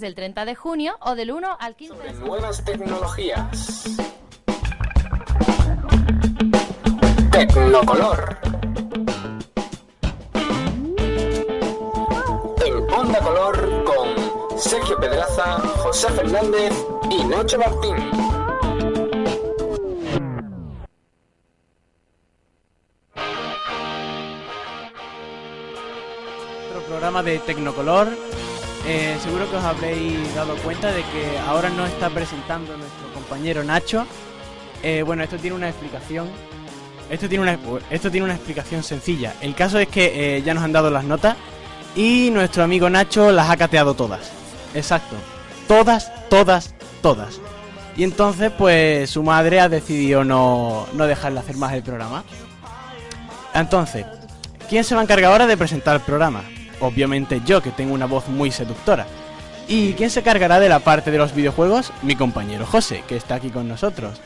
del 30 de junio o del 1 al 15 de Nuevas tecnologías. Tecnocolor. En Onda Color con Sergio Pedraza, José Fernández y Nacho Martín. Otro programa de Tecnocolor. Eh, seguro que os habréis dado cuenta de que ahora no está presentando nuestro compañero Nacho. Eh, bueno, esto tiene una explicación. Esto tiene una, esto tiene una explicación sencilla. El caso es que eh, ya nos han dado las notas y nuestro amigo Nacho las ha cateado todas. Exacto. Todas, todas, todas. Y entonces, pues su madre ha decidido no, no dejarle hacer más el programa. Entonces, ¿Quién se va a encargar ahora de presentar el programa? Obviamente yo, que tengo una voz muy seductora. ¿Y quién se cargará de la parte de los videojuegos? Mi compañero José, que está aquí con nosotros.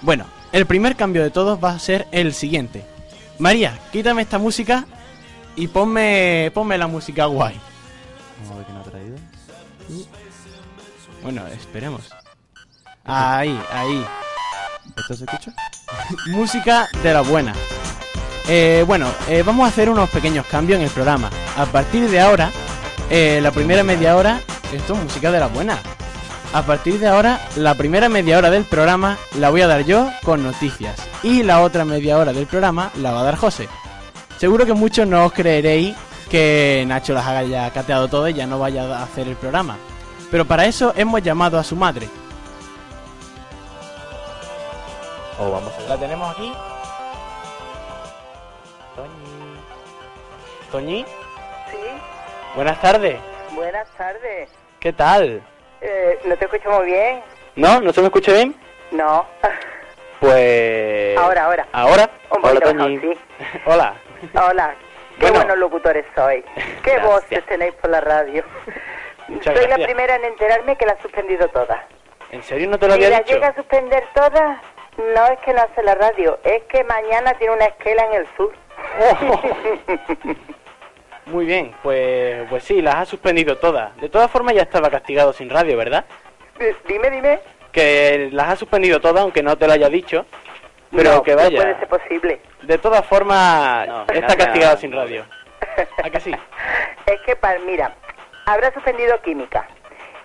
Bueno, el primer cambio de todos va a ser el siguiente. María, quítame esta música y ponme, ponme la música guay. Uh. Vamos a ver quién ha traído. Bueno, esperemos. Ahí, ahí. ¿Esto se escucha? Música de la buena. Eh, bueno, eh, vamos a hacer unos pequeños cambios en el programa. A partir de ahora, eh, la primera media hora, esto es música de la buena. A partir de ahora, la primera media hora del programa la voy a dar yo con noticias. Y la otra media hora del programa la va a dar José. Seguro que muchos no os creeréis que Nacho las haya cateado todo y ya no vaya a hacer el programa. Pero para eso hemos llamado a su madre. O Oh, vamos a La tenemos aquí. Toñi. Sí, Buenas tardes. buenas tardes. ¿Qué tal? Eh, ¿No te escucho muy bien? ¿No? ¿No se me escucha bien? No. Pues... Ahora, ahora. ¿Ahora? Un Hola, poquito Toñi. mejor, Hola. Hola, qué Bueno. buenos locutores sois. Qué Gracias. voces tenéis por la radio. Muchas Soy gracias. la primera en enterarme que la ha suspendido toda. ¿En serio no te lo si había la dicho? llega a suspender toda, no es que no hace la radio, es que mañana tiene una esquela en el sur. Oh. Muy bien, pues, pues sí, las ha suspendido todas. De todas formas ya estaba castigado sin radio, ¿verdad? D- dime, dime. Que las ha suspendido todas, aunque no te lo haya dicho. Pero No, que vaya. No puede ser posible. De todas formas, No, está gracias. castigado sin radio. ¿A que sí? Es que, para, mira, habrá suspendido química.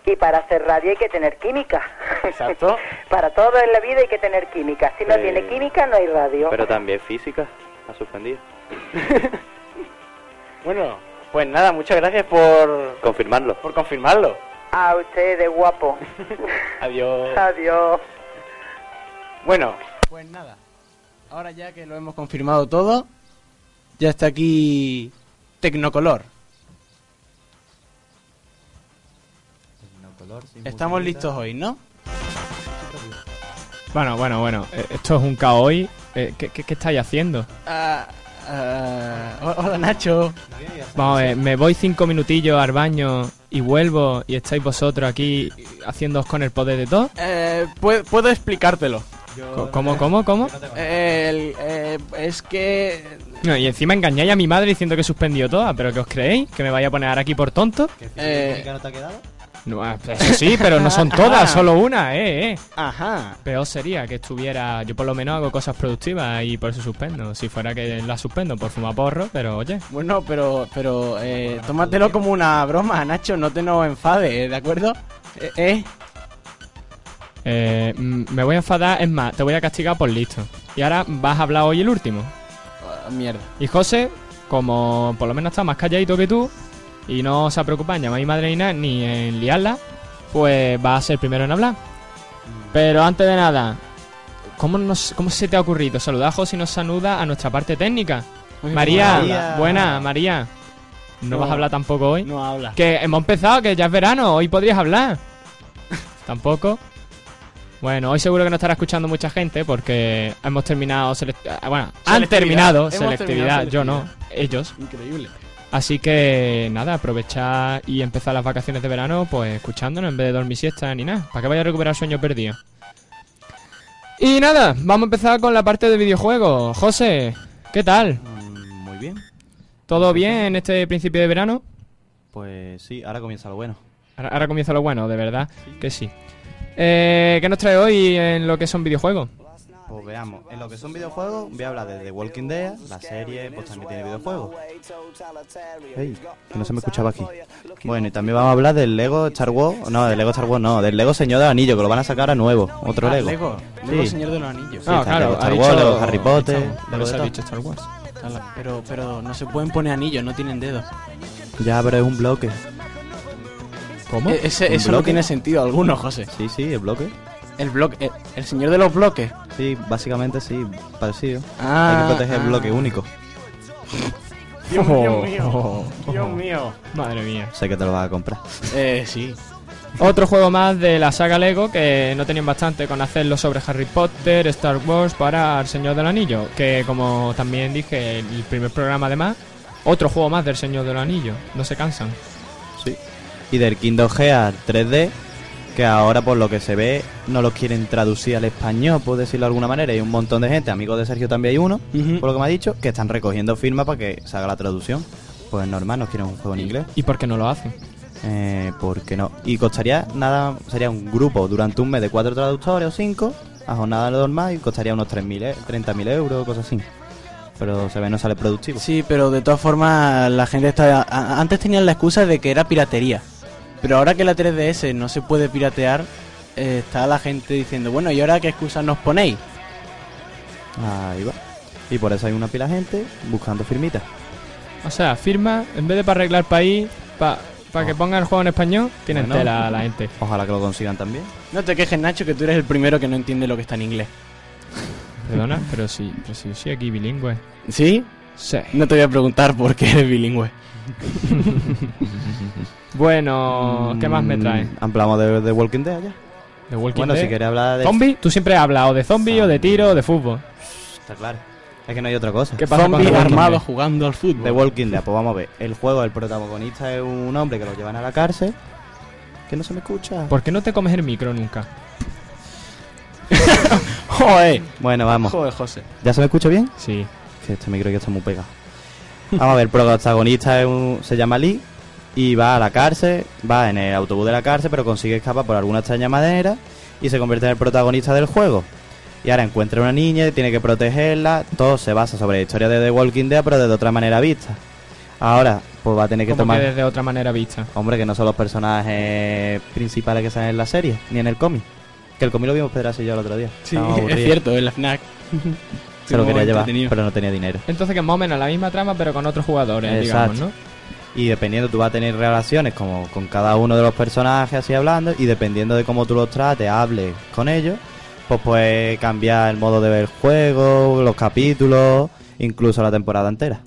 Y para hacer radio hay que tener química. Exacto. para todo en la vida hay que tener química. Si no Sí. tiene química, no hay radio. Pero también física. Ha suspendido. Bueno, pues nada, muchas gracias por, Confirmarlo. por confirmarlo. A ustedes, guapo. Adiós. Adiós. Bueno. Pues nada. Ahora ya que lo hemos confirmado todo, ya está aquí Tecnocolor. Estamos listos hoy, ¿no? Bueno, bueno, bueno. eh, Esto es un caos hoy. Eh, ¿Qué, qué- qué estáis haciendo? Ah, hola Nacho. Vamos a ver, me voy cinco minutillos al baño y vuelvo y estáis vosotros aquí haciéndoos con el poder de todo. eh, puedo, explicártelo. Co- ¿Cómo, cómo, cómo? Eh, el- eh, es que... No, y encima engañáis a mi madre diciendo que suspendió toda, pero ¿qué os creéis? ¿Que me vaya a poner ahora aquí por tonto? eh, No, ah, pues eso sí, pero no son todas, solo una, eh, eh. ajá. Peor sería que estuviera. Yo por lo menos hago cosas productivas y por eso suspendo. Si fuera que la suspendo por fumar porro, pero oye. Bueno, pero, pero eh, tómatelo como una broma, Nacho, no te nos enfades, ¿de acuerdo? Eh, eh. Eh, mm, me voy a enfadar, es más, te voy a castigar por listo. Y ahora vas a hablar hoy el último. Ah, mierda. Y José, como por lo menos está más calladito que tú, y no se ha preocupado en llamar a mi madre ni nada, ni en liarla, pues va a ser primero en hablar. Pero antes de nada, ¿cómo, nos, ¿cómo se te ha ocurrido saludar a José y nos saluda a nuestra parte técnica? Pues, María, buena, María. ¿No, No. vas a hablar tampoco hoy? No habla. Que hemos empezado, que ya es verano, hoy podrías hablar. Tampoco. Bueno, hoy seguro que no estará escuchando mucha gente porque hemos terminado. selec- ah, Bueno, han Selectividad. terminado Hemos selectividad, terminado yo no, ellos. Increíble. Así que nada, aprovechar y empezar las vacaciones de verano, pues escuchándonos en vez de dormir siesta ni nada, para que vaya a recuperar sueño perdido. Y nada, vamos a empezar con la parte de videojuegos. José, ¿qué tal? Muy bien. ¿Todo bien en este principio de verano? Pues sí, ahora comienza lo bueno. Ahora, ahora comienza lo bueno, de verdad que sí. Eh, ¿Qué nos trae hoy en lo que son videojuegos? Pues veamos, en lo que son videojuegos, voy a hablar de The Walking Dead, la serie, pues también tiene videojuegos. Ey, que no se me escuchaba aquí. Bueno, y también vamos a hablar del Lego Star Wars, no, del Lego Star Wars no, del Lego Señor del Anillo, que lo van a sacar a nuevo, otro Ah, Lego. Lego. Sí. Lego Señor de los Anillos. Ah, está Lego Star Wars, Lego Harry Potter, No Lego les de ha todo. dicho Star Wars. Pero, pero no se pueden poner anillos, no tienen dedos. Ya, pero es un bloque. ¿Cómo? E- ese- ¿Un eso no bloque? tiene sentido alguno, José. Sí, sí, el bloque. El bloque, el, el señor de los bloques. Sí, básicamente sí, parecido. Ah, Hay que proteger ah. el bloque único. Dios mío, mío. Dios mío. oh, Madre mía. Sé que te lo vas a comprar. Eh, sí. Otro juego más de la saga Lego que no tenían bastante con hacerlo sobre Harry Potter, Star Wars para El Señor del Anillo. Que como también dije en el primer programa además, otro juego más del Señor del Anillo. No se cansan. Sí. Y del Kingdom Hearts 3D, que ahora por lo que se ve no los quieren traducir al español, por decirlo de alguna manera. Hay un montón de gente, amigos de Sergio también hay uno, Ujú. por lo que me ha dicho, que están recogiendo firmas para que se haga la traducción. Pues normal, no quieren un juego en inglés. ¿Y por qué no lo hacen? Eh, ¿Por qué no? Y costaría nada, sería un grupo durante un mes de cuatro traductores o cinco, a jornada normal, y costaría unos 3.000, e- 30.000 euros, cosas así. Pero se ve, no sale productivo. Sí, pero de todas formas la gente está... a- Antes tenían la excusa de que era piratería. Pero ahora que la 3DS no se puede piratear, eh, está la gente diciendo, bueno, ¿y ahora qué excusa nos ponéis? Ahí va. Y por eso hay una pila de gente buscando firmitas. O sea, firma, en vez de para arreglar país, para que pongan el juego en español, tienen Oh. Bueno. tela la gente. Ojalá que lo consigan también. No te quejes, Nacho, que tú eres el primero que no entiende lo que está en inglés. Perdona, pero sí, pero sí, yo soy aquí bilingüe. ¿Sí? Sí. No te voy a preguntar por qué eres bilingüe. Bueno, Oh, ¿qué más me Mm, trae? Hablamos de, de Walking Dead ya. De Walking bueno, Dead. si queréis hablar de. ¿Zombie? Tú siempre hablas o de zombie o de tiro o de fútbol. Está claro. Es que no hay otra cosa. ¿Qué pasa Zombies cuando hablas armados zombie? jugando al The fútbol. Walking Dead, pues vamos a ver. El juego, el protagonista es un hombre que lo llevan a la cárcel. Que no se me escucha. ¿Por qué no te comes el micro nunca? Joder, Bueno, vamos. joder, José. ¿Ya se me escucha bien? Sí. Que este micro ya está muy pegado. Vamos a ver, el protagonista es un- se llama Lee y va a la cárcel, va en el autobús de la cárcel, pero consigue escapar por alguna extraña manera y se convierte en el protagonista del juego. Y ahora encuentra una niña y tiene que protegerla. Todo se basa sobre la historia de The Walking Dead, pero de otra manera vista. Ahora, pues va a tener que Como tomar. que desde otra manera vista. Hombre, que no son los personajes principales que salen en la serie, ni en el cómic. Que el cómic lo vimos Pedrazo y yo el otro día. Sí, Estábamos es aburridos. cierto, en la FNAC. Se lo Estuvo quería llevar, entretenido. pero no tenía dinero. Entonces que más o menos la misma trama pero con otros jugadores, digamos, Exacto. ¿no? Y dependiendo, tú vas a tener relaciones como con cada uno de los personajes, así hablando, y dependiendo de cómo tú los trates, hables con ellos, pues puedes cambiar el modo de ver el juego, los capítulos, incluso la temporada entera.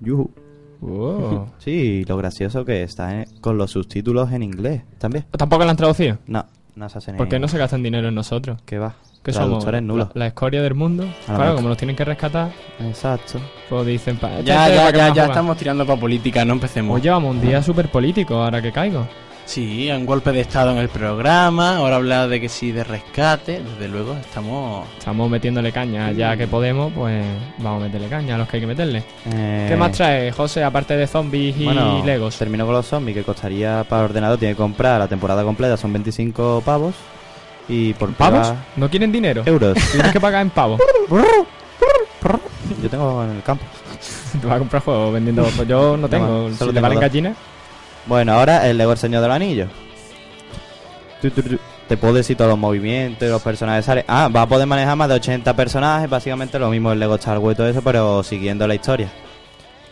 Yujú. Wow. Sí, lo gracioso que está ¿eh? con los subtítulos en inglés también. Tampoco la han traducido. No, no se hacen en- Porque no se gastan dinero en nosotros. ¿Qué va? Que somos Traductores nulos. la, la escoria del mundo. Claro, mejor. como nos tienen que rescatar, Exacto. pues dicen... pa- esta Ya, gente ya, pa' que ya, más ya juega. estamos tirando para política, no empecemos. Hoy llevamos un día súper político ahora que caigo. Sí, un golpe de estado en el programa, ahora habla de que sí de rescate, desde luego estamos... Estamos metiéndole caña ya que podemos, pues vamos a meterle caña a los que hay que meterle. Eh, ¿Qué más trae, José, aparte de zombies y bueno, legos? Termino con los zombies, que costaría para ordenador, tiene que comprar la temporada completa, son 25 pavos. Y por ¿Pavos? prueba- ¿No quieren dinero? Euros. Tienes que pagar en pavos. Yo tengo en el campo. Te vas a comprar juegos vendiendo. Pues yo no tengo. más, si solo te tengo valen dos. gallinas. Bueno, ahora el Lego El Señor del Anillo. Tu, tu, tu. Te puedo decir todos los movimientos, los personajes sale. Ah, va a poder manejar más de 80 personajes, básicamente lo mismo el Lego Star Wars y todo eso, pero siguiendo la historia.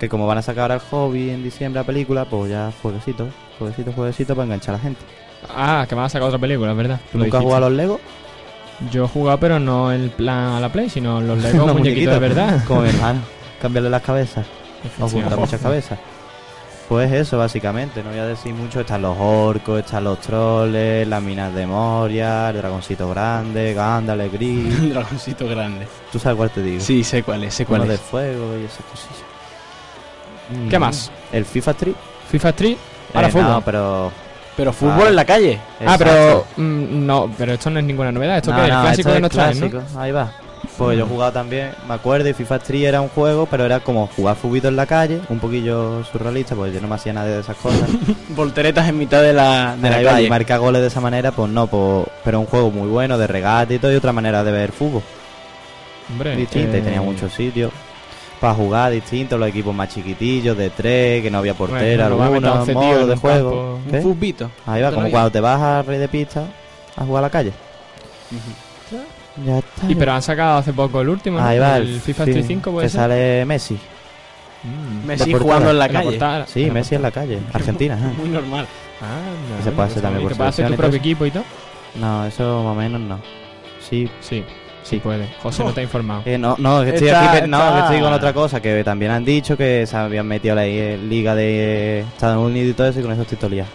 Que como van a sacar ahora el hobby en diciembre la película, pues ya jueguecito, jueguecito, jueguecito para enganchar a la gente. Ah, que van a sacar otra película, es verdad. ¿Tú Lo nunca has dijiste. jugado a los Lego? Yo he jugado, pero no en plan a la Play, sino los Lego Los muñequitos de verdad. Como mi hermano. Cambiarle las cabezas. Nos Efectivamente. juntan muchas cabezas. Pues eso, básicamente. No voy a decir mucho. Están los orcos, están los troles, las minas de Moria, el dragoncito grande, Gándale, Gris. Un dragoncito grande. ¿Tú sabes cuál te digo? Sí, sé cuál es, sé Uno cuál de es. fuego y esas cosillas. ¿Qué Mm. más? El FIFA Street. FIFA Street. Ahora Eh, fútbol. No, pero... Pero fútbol Ah. en la calle. Ah, Exacto. pero. mm, no, pero esto no es ninguna novedad. Esto No, que es no, clásico esto de es nuestra vez, ¿no? clásico. Ahí va. Pues yo jugaba también, me acuerdo, y FIFA Street era un juego, pero era como jugar fubito en la calle, un poquillo surrealista, porque yo no me hacía nada de esas cosas. Volteretas en mitad de la, de la Ahí va, calle. Y marcar goles de esa manera, pues no, pues, pero un juego muy bueno, de regate y todo, y otra manera de ver fútbol. Hombre, distinta, y eh, tenía muchos sitios para jugar distintos, los equipos más chiquitillos, de tres, que no había portera, Bueno, normalmente algunos 11 tíos modos en de un juego. campo. Un ¿Qué? futbito. Ahí va, Otro como día. cuando te vas a rey de pista a jugar a la calle. Ya está. Y pero han sacado hace poco el último. ¿no? Ahí va el FIFA sí, Street 5 puede Que ser. sale Messi. Mm. Messi portada. jugando en la La calle. portada- Sí, la Messi en la calle. Argentina. ¿eh? ajá. Muy normal. Anda, Que se puede hacer pues, también ¿y por ¿Te puede hacer selección tu y propio equipo y todo? No, eso más o menos no. Sí. Sí, sí puede. José no te ha informado. Eh, no, no, que estoy Está- aquí, pe- no, está- que estoy con otra cosa, que también han dicho que se habían metido la eh, liga de eh, Estados Unidos y todo eso y con eso estoy todo liado.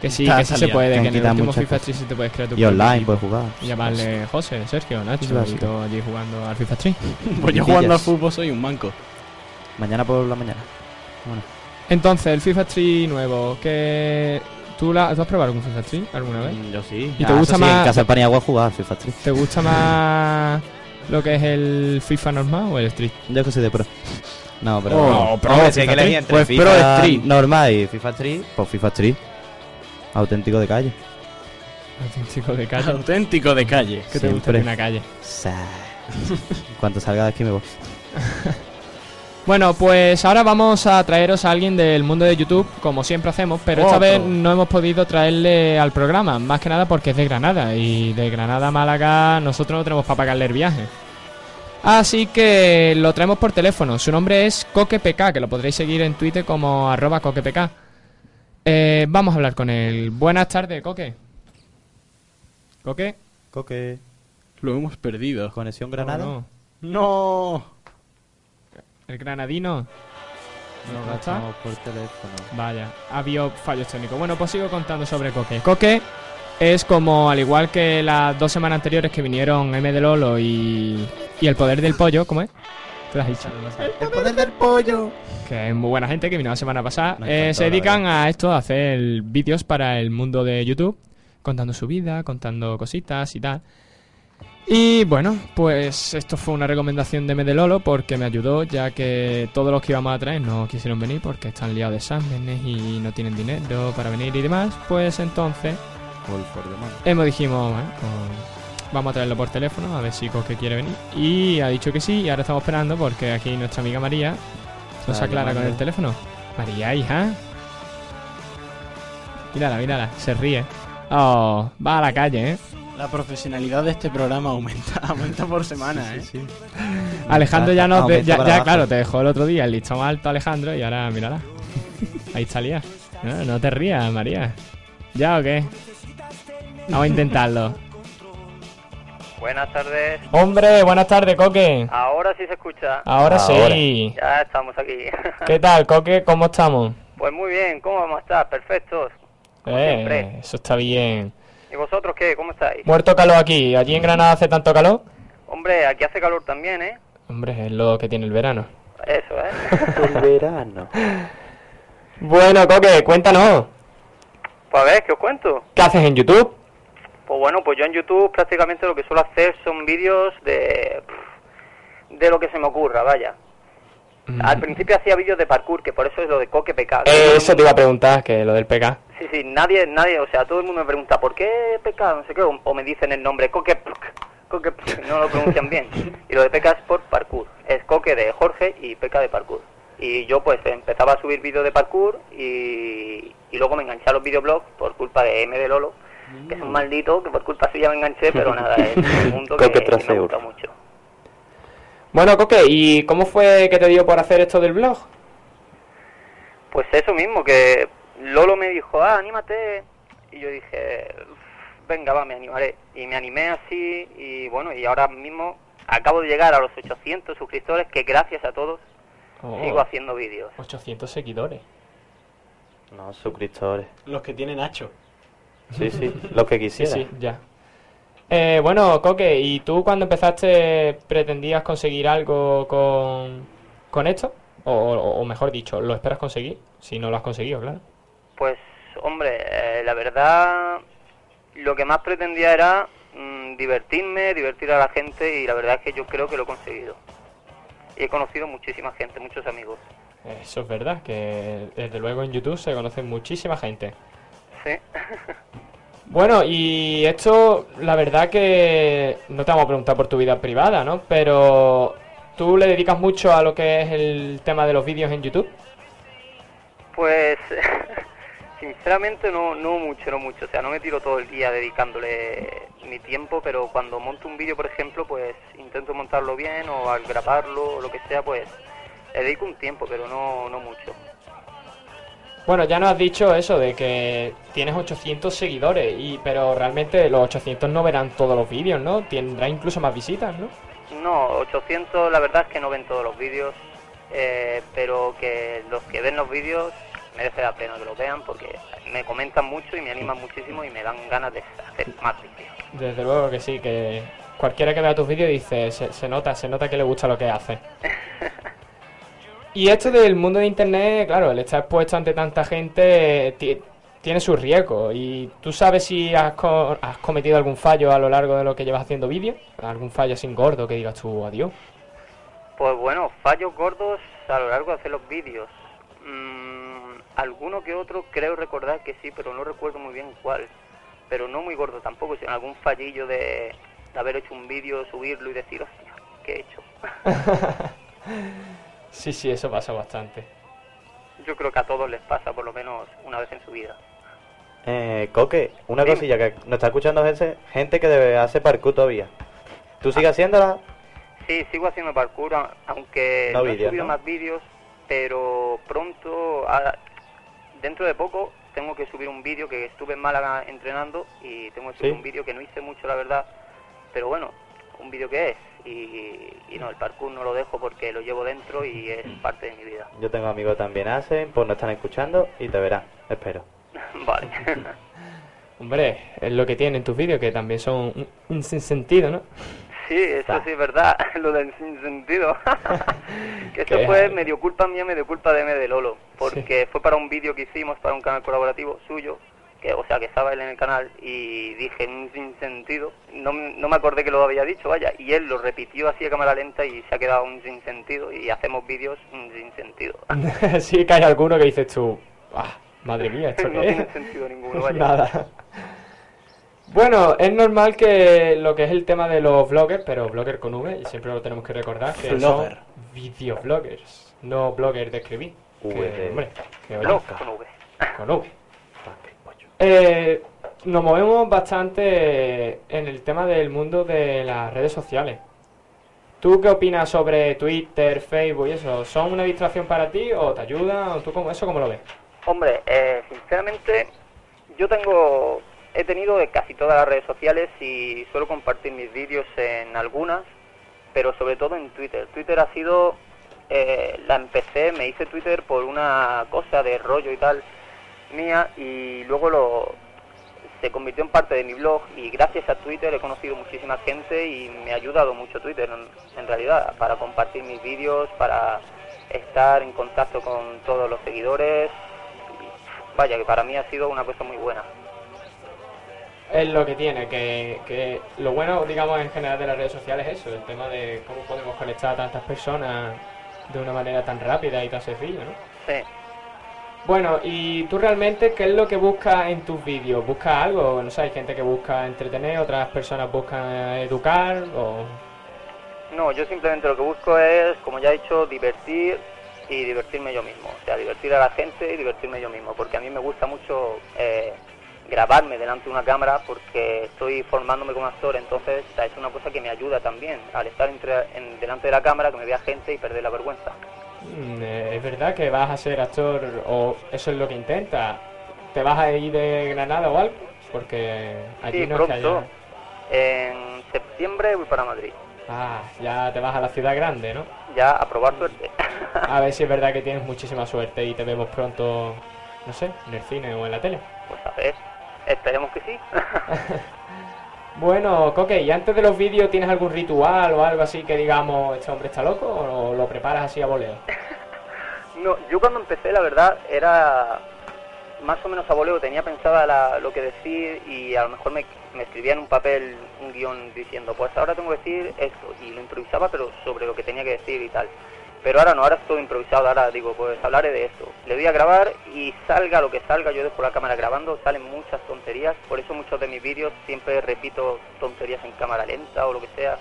Que sí, está- que sí está se liado. puede, Te han que en el quitado último muchas FIFA cosas. Street sí te puedes crear tu Y propio online equipo. puedes jugar. Y llamarle José, Sergio, Sí, Nacho va, y sí. todo allí jugando al FIFA Street. Pues yo Pitillas. jugando al fútbol soy un manco. Mañana por la mañana. Entonces, el FIFA Street nuevo, que... ¿Tú, la... ¿Tú has probado algún FIFA Street alguna vez? ¿Eh? Yo Ah, sí. ¿Y te gusta en más- casa de Paniagua jugar al FIFA Street. ¿Te gusta más lo que es el FIFA normal o el Street? Yo que soy de pro. No, pero. Oh, no, pro, hombre, si hay FIFA que elegir entre Pues FIFA pro Street. normal y FIFA Street, pues FIFA Street. Auténtico de calle. Auténtico de calle. Auténtico de calle. Que te gusta Siempre. en una calle. Sa- En cuanto salga de aquí me voy. Bueno, pues ahora vamos a traeros a alguien del mundo de YouTube, como siempre hacemos, pero esta Otro. vez no hemos podido traerle al programa, más que nada porque es de Granada, y de Granada a Málaga nosotros no tenemos para pagarle el viaje. Así que lo traemos por teléfono, su nombre es CoquePK, que lo podréis seguir en Twitter como arroba CoquePK. Eh, vamos a hablar con él. Buenas tardes, Coque. ¿Coque? Coque. Lo hemos perdido. Conexión Granada. Oh, no. No. ¿El granadino? No, ¿no está? Estamos por teléfono. Vaya, ha habido fallos técnicos. Bueno, pues sigo contando sobre Coque. Coque es como, al igual que las dos semanas anteriores que vinieron M de Lolo y, y El Poder del Pollo, ¿cómo es? Te lo has dicho. El poder del pollo. Que es muy buena gente que vino la semana pasada. Nos Eh, encantó, se la dedican a esto, a hacer vídeos para el mundo de YouTube, contando su vida, contando cositas y tal. Y bueno, pues esto fue una recomendación de Medelolo porque me ayudó, ya que todos los que íbamos a traer no quisieron venir porque están liados de exámenes y no tienen dinero para venir y demás. Pues entonces hemos dijimos, bueno, pues, vamos a traerlo por teléfono, a ver si Coque quiere venir. Y ha dicho que sí, y ahora estamos esperando porque aquí nuestra amiga María nos Está aclara con llamando. el teléfono. María, hija. Mírala, mírala, se ríe. Oh, va a la calle, ¿eh? La profesionalidad de este programa aumenta, aumenta por semana, ¿eh? Alejandro está- ya nos... ah, de- aumenta ya, para ya, abajo. claro, te dejó el otro día el listón alto Alejandro y ahora mírala. Ahí está Lía. No, no te rías, María. ¿Ya o qué? Vamos a intentarlo. Buenas tardes. Hombre, buenas tardes, Coque. Ahora sí se escucha. Ahora, sí. Ya estamos aquí. ¿Qué tal, Coque? ¿Cómo estamos? pues muy bien, ¿cómo vamos a estar? Perfectos. Como siempre. Eh, eso está bien. ¿Y vosotros qué? ¿Cómo estáis? Muerto calor aquí. ¿Allí en Granada hace tanto calor? Hombre, aquí hace calor también, ¿eh? Hombre, es lo que tiene el verano. Eso, ¿eh? Bueno, Coque, cuéntanos. pues a ver, ¿qué os cuento? ¿Qué haces en YouTube? Pues bueno, pues yo en YouTube prácticamente lo que suelo hacer son vídeos de... pff, de lo que se me ocurra, vaya. Al principio hacía vídeos de parkour, que por eso es lo de coque pecado. Mm. Eh, eso te iba a preguntar, que lo del PK. Sí, sí, nadie, nadie, o sea, todo el mundo me pregunta por qué pecado, no sé qué, o, o me dicen el nombre coque, Puk, coque, Puk, no lo pronuncian bien. Y lo de peca es por parkour, es coque de Jorge y peca de parkour. Y yo pues empezaba a subir vídeos de parkour y, y luego me enganché a los videoblogs por culpa de M de Lolo, que Mm. es un maldito, que por culpa suya me enganché, pero nada, es un mundo que, Coque que me trasero. gusta mucho. Bueno, Coque, ¿y cómo fue que te dio por hacer esto del blog? Pues eso mismo, que Lolo me dijo, ah, anímate. Y yo dije, "Uf, venga, va, me animaré. Y me animé así, y bueno, y ahora mismo acabo de llegar a los 800 suscriptores, que gracias a todos Oh. sigo haciendo vídeos. 800 seguidores. No, suscriptores. Los que tienen Nacho. Sí, sí, lo que Sí, quisiera. sí, ya. Eh, bueno, Coque, ¿y tú cuando empezaste pretendías conseguir algo con, con esto? O, o- o mejor dicho, ¿lo esperas conseguir? Si no lo has conseguido, claro. Pues, hombre, eh, la verdad, lo que más pretendía era mm, divertirme, divertir a la gente y la verdad es que yo creo que lo he conseguido. Y he conocido muchísima gente, muchos amigos. Eso es verdad, que desde luego en YouTube se conoce muchísima gente. Sí. Bueno, y esto, la verdad que no te vamos a preguntar por tu vida privada, ¿no? Pero tú le dedicas mucho a lo que es el tema de los vídeos en YouTube. Pues sinceramente no, no mucho, no mucho. O sea, no me tiro todo el día dedicándole mi tiempo, pero cuando monto un vídeo, por ejemplo, pues intento montarlo bien o al grabarlo o lo que sea, pues le dedico un tiempo, pero no, no mucho. Bueno, ya nos has dicho eso de que tienes 800 seguidores, y, pero realmente los 800 no verán todos los vídeos, ¿no? Tendrá incluso más visitas, ¿no? No, 800 la verdad es que no ven todos los vídeos, eh, pero que los que ven los vídeos merece la pena que los vean porque me comentan mucho y me animan muchísimo y me dan ganas de hacer más vídeos. Desde luego que sí, que cualquiera que vea tus vídeos dice, se, se nota, se nota que le gusta lo que hace. Y esto del mundo de internet, claro, el estar expuesto ante tanta gente eh, ti- tiene sus riesgos. ¿Y tú sabes si has, co- has cometido algún fallo a lo largo de lo que llevas haciendo vídeos? ¿Algún fallo sin gordo que digas tú adiós? Pues bueno, fallos gordos a lo largo de hacer los vídeos. Mm, alguno que otro creo recordar que sí, pero no recuerdo muy bien cuál. Pero no muy gordo tampoco, sino algún fallillo de, de haber hecho un vídeo, subirlo y decir, hostia, ¿qué he hecho? Sí, sí, eso pasa bastante. Yo creo que a todos les pasa por lo menos una vez en su vida. Eh, Coque, una cosilla que nos está escuchando gente, gente que debe- hace parkour todavía. ¿Tú Ah. sigues haciéndola? Sí, sigo haciendo parkour, a- aunque No no, he vídeos, subido ¿no? más vídeos, pero pronto, a- dentro de poco, tengo que subir un vídeo que estuve en Málaga entrenando y tengo que subir Sí. un vídeo que no hice mucho, la verdad, pero bueno, un vídeo que es. Y, y no, el parkour no lo dejo porque lo llevo dentro y es parte de mi vida. Yo tengo amigos que también hacen, pues no están escuchando y te verán, espero. vale. Hombre, es lo que tienen tus vídeos, que también son un, un sinsentido, ¿no? sí, eso Va. sí es verdad, lo del sinsentido. que eso Qué fue asco. medio culpa mía, medio culpa de M de Lolo, porque fue para un vídeo que hicimos para un canal colaborativo suyo, que o sea que estaba él en el canal y dije "Mm, sin sentido, no, me- no me acordé que lo había dicho, vaya, y él lo repitió así a cámara lenta y se ha quedado un sin sentido y hacemos vídeos mm, sin sentido. sí que hay alguno que dices tú, "Ah, madre mía, ¿esto no qué tiene es?". sentido ninguno, vaya. Nada. Bueno, es normal que lo que es el tema de los bloggers, pero blogger con V, y siempre lo tenemos que recordar, que Vlogger. son videobloggers, no bloggers de escribir. Que, V. hombre, que No, blog con V. con V. Pa' que pollo. Eh, nos movemos bastante en el tema del mundo de las redes sociales. ¿Tú qué opinas sobre Twitter, Facebook y eso? ¿Son una distracción para ti o te ayudan? ¿O tú cómo, eso cómo lo ves? Hombre, eh, sinceramente, yo tengo, he tenido de casi todas las redes sociales y suelo compartir mis vídeos en algunas, pero sobre todo en Twitter. Twitter ha sido, eh, la empecé, me hice Twitter por una cosa de rollo y tal mía y luego lo se convirtió en parte de mi blog y gracias a Twitter he conocido muchísima gente y me ha ayudado mucho Twitter en, en realidad para compartir mis vídeos, para estar en contacto con todos los seguidores. Y, Vaya, que para mí ha sido una cosa muy buena. Es lo que tiene, que, que lo bueno, digamos, en general de las redes sociales es eso, el tema de cómo podemos conectar a tantas personas de una manera tan rápida y tan sencilla, ¿no? Sí. Bueno, ¿y tú realmente qué es lo que buscas en tus vídeos? ¿Buscas algo? No sé, hay gente que busca entretener, otras personas buscan educar, o... No, yo simplemente lo que busco es, como ya he dicho, divertir y divertirme yo mismo. O sea, divertir a la gente y divertirme yo mismo. Porque a mí me gusta mucho eh, grabarme delante de una cámara porque estoy formándome como actor. Entonces, o sea, es una cosa que me ayuda también al estar entre- en- delante de la cámara, que me vea gente y perder la vergüenza. Mm, eh, es verdad que vas a ser actor, o eso es lo que intentas, ¿te vas a ir de Granada o algo? Porque allí Sí, no es que pronto. haya- En septiembre voy para Madrid. Ah, ya te vas a la ciudad grande, ¿no? Ya a probar suerte. A ver si es verdad que tienes muchísima suerte y te vemos pronto, no sé, en el cine o en la tele. pues a ver, esperemos que sí. Bueno, Coque, ¿y antes de los vídeos tienes algún ritual o algo así que digamos, este hombre está loco o lo preparas así a voleo? No, yo cuando empecé, la verdad, era más o menos a voleo, tenía pensada la- lo que decir y a lo mejor me, me escribía en un papel un guión diciendo, pues ahora tengo que decir esto, y lo improvisaba, pero sobre lo que tenía que decir y tal. Pero ahora no, ahora es todo improvisado, ahora digo, pues hablaré de esto. Le doy a grabar y salga lo que salga, yo dejo la cámara grabando, salen muchas tonterías, por eso muchos de mis vídeos siempre repito tonterías en cámara lenta o lo que sea.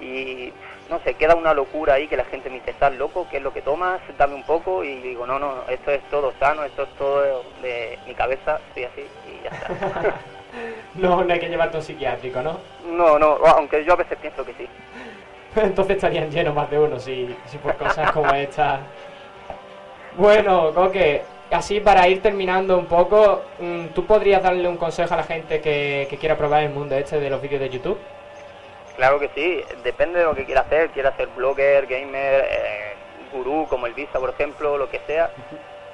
Y no sé, queda una locura ahí que la gente me dice, ¿estás loco? ¿Qué es lo que tomas? Dame un poco y digo, no, no, esto es todo sano, esto es todo de mi cabeza, estoy así y ya está. No, no hay que llevar todo psiquiátrico, ¿no? no, no, aunque yo a veces pienso que sí. Entonces estarían llenos más de uno si, si por cosas como esta. Bueno, Coque, así para ir terminando un poco, mm, ¿tú podrías darle un consejo a la gente que, que quiera probar el mundo este de los vídeos de YouTube? Claro que sí, depende de lo que quiera hacer, quiera ser blogger, gamer, eh, gurú como el Visa, por ejemplo, lo que sea,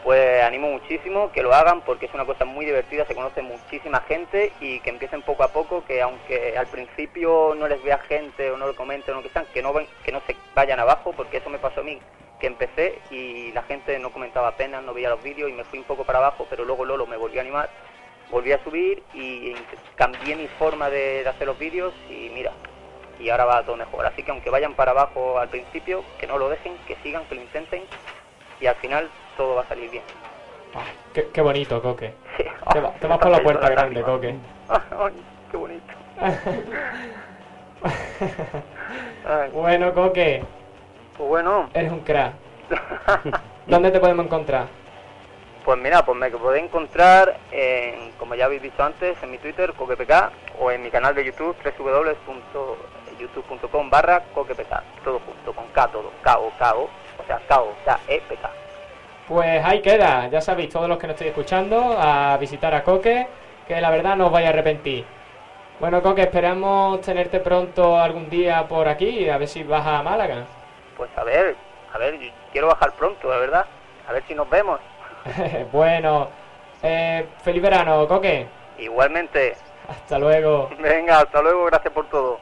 pues animo muchísimo que lo hagan porque es una cosa muy divertida, se conoce muchísima gente y que empiecen poco a poco, que aunque al principio no les vea gente o no lo comenten o lo que sean, que no, ven- que no se vayan abajo porque eso me pasó a mí, que empecé y la gente no comentaba apenas, no veía los vídeos y me fui un poco para abajo, pero luego Lolo me volvió a animar, volví a subir y cambié mi forma de- de hacer los vídeos y mira, y ahora va todo mejor. Así que aunque vayan para abajo al principio, que no lo dejen, que sigan, que lo intenten y al final todo va a salir bien. Ah, qué, qué bonito, Coque. Sí. Te, va- te vas por la puerta grande, Coque. Ay, qué bonito. Ay, Bueno, Coque, pues bueno, eres un crack. ¿Dónde te podemos encontrar? pues mira, pues me podéis encontrar, en, como ya habéis visto antes, en mi Twitter, CoquePK, o en mi canal de YouTube, www.youtube.com barra CoquePK, todo junto, con K todo, K-O, K-O, o sea, K-O, K-E-P-K. Pues ahí queda, ya sabéis, todos los que nos estéis escuchando, a visitar a Coque, que la verdad no os vais a arrepentir. Bueno, Coque, esperamos tenerte pronto algún día por aquí, a ver si vas a Málaga. Pues a ver, a ver, yo quiero bajar pronto, la verdad. A ver si nos vemos. bueno, eh, feliz verano, Coque. Igualmente. Hasta luego. Venga, hasta luego, gracias por todo.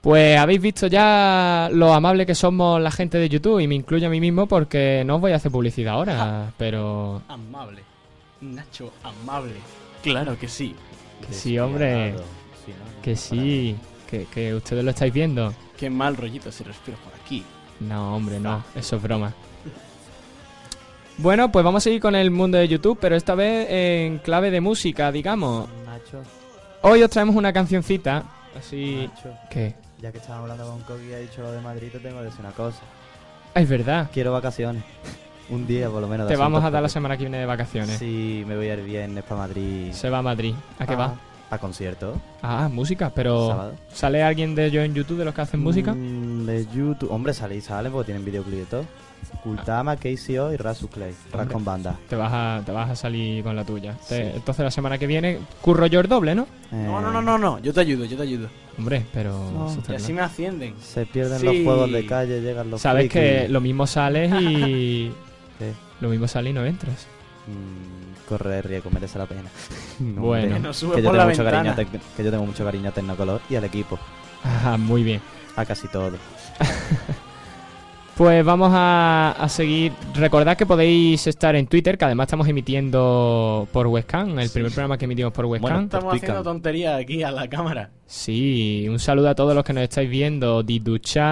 Pues habéis visto ya lo amable que somos la gente de YouTube y me incluyo a mí mismo porque no os voy a hacer publicidad ahora, pero Amable. Nacho, amable. Claro que sí. que sí, hombre, que sí, que, que ustedes lo estáis viendo. Qué mal rollito se respira por aquí. No, hombre, no, eso es broma. Bueno, pues vamos a seguir con el mundo de YouTube, pero esta vez en clave de música, digamos. Nacho, Hoy os traemos una cancioncita, así... Nacho, ¿Qué? ya que estamos hablando con Coqui y ha dicho lo de Madrid, te tengo que decir una cosa. Ah, Es verdad, Quiero vacaciones. Un día por lo menos. de te vamos a asuntos dar la propios. semana que viene de vacaciones. Sí, me voy a ir viernes para Madrid. Se va a Madrid. ¿A qué va? A concierto. Ah, música, pero... Sábado. ¿Sale alguien de ellos en YouTube de los que hacen música? Mm, de YouTube. Hombre, sale y sale porque tienen videoclip y todo. Kultama, KCO y Rasu Clay. Ras con banda. Te vas, a, te vas a salir con la tuya. Te- Entonces la semana que viene curro yo el doble, ¿no? No, Eh, no, no, no, no. Yo te ayudo, yo te ayudo. Hombre, pero... eso está Y así claro. Pues me ascienden. Se pierden Sí. los juegos de calle, llegan los Sabes que frikis. lo mismo sales y... ¿Qué? Lo mismo sales y no entras. Mm, correr riesgo merece la pena. No, Bueno. hombre. Que nos sube que yo por tengo la mucho cariño a ventana. Tec- que yo tengo mucho cariño a Tecnocolor y al equipo, Ajá, muy bien. a casi todo. Pues vamos a, a seguir. Recordad que podéis estar en Twitter, que además estamos emitiendo por webcam, el primer programa que emitimos por webcam. Estamos Pues haciendo pican. tonterías aquí a la cámara. Sí, un saludo a todos los que nos estáis viendo. Diduchan,